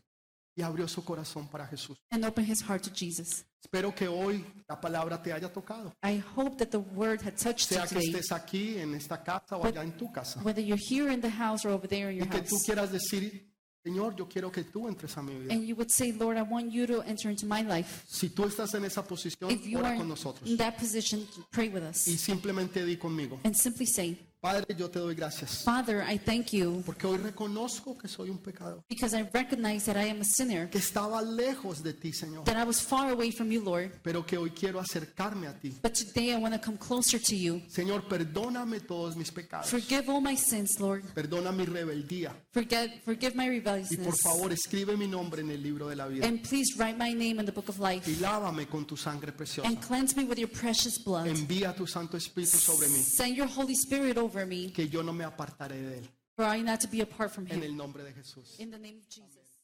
Speaker 1: y abrió su corazón para Jesús.
Speaker 2: and opened his heart to Jesus.
Speaker 1: Espero que hoy la palabra te haya tocado.
Speaker 2: I hope that the word had touched you
Speaker 1: Sea que
Speaker 2: today.
Speaker 1: estés aquí, en esta casa o allá en tu casa.
Speaker 2: Whether you're here in the house or over there in
Speaker 1: Y
Speaker 2: your
Speaker 1: que tú
Speaker 2: house.
Speaker 1: quieras decir, Señor, yo quiero que tú entres a mi vida.
Speaker 2: And you would say, Lord, I want you to enter into my life.
Speaker 1: Si tú estás en esa posición,
Speaker 2: If you are
Speaker 1: ora con
Speaker 2: in
Speaker 1: nosotros.
Speaker 2: that position, pray with us.
Speaker 1: Y simplemente di conmigo,
Speaker 2: and simply say,
Speaker 1: Padre, yo te doy gracias.
Speaker 2: Father, I thank you
Speaker 1: Porque hoy reconozco que soy un pecador,
Speaker 2: because I recognize that I am a sinner,
Speaker 1: que estaba lejos de ti, Señor,
Speaker 2: that I was far away from you, Lord.
Speaker 1: pero que hoy quiero acercarme a ti.
Speaker 2: But today I want to come closer to you.
Speaker 1: Señor, perdóname todos mis pecados,
Speaker 2: Forgive all my sins, Lord.
Speaker 1: perdona mi rebeldía
Speaker 2: Forget, forgive my
Speaker 1: y por
Speaker 2: rebelliousness.
Speaker 1: favor escribe mi nombre en el libro de la vida
Speaker 2: And please write my name in the book of
Speaker 1: y
Speaker 2: life.
Speaker 1: lávame con tu sangre preciosa.
Speaker 2: And cleanse me with your precious blood.
Speaker 1: Envía tu Santo Espíritu sobre mí,
Speaker 2: Send your Holy Spirit over me
Speaker 1: que yo no me apartaré de él.
Speaker 2: for I not to be apart from
Speaker 1: En
Speaker 2: him.
Speaker 1: el nombre de Jesús.
Speaker 2: In the name of Jesus.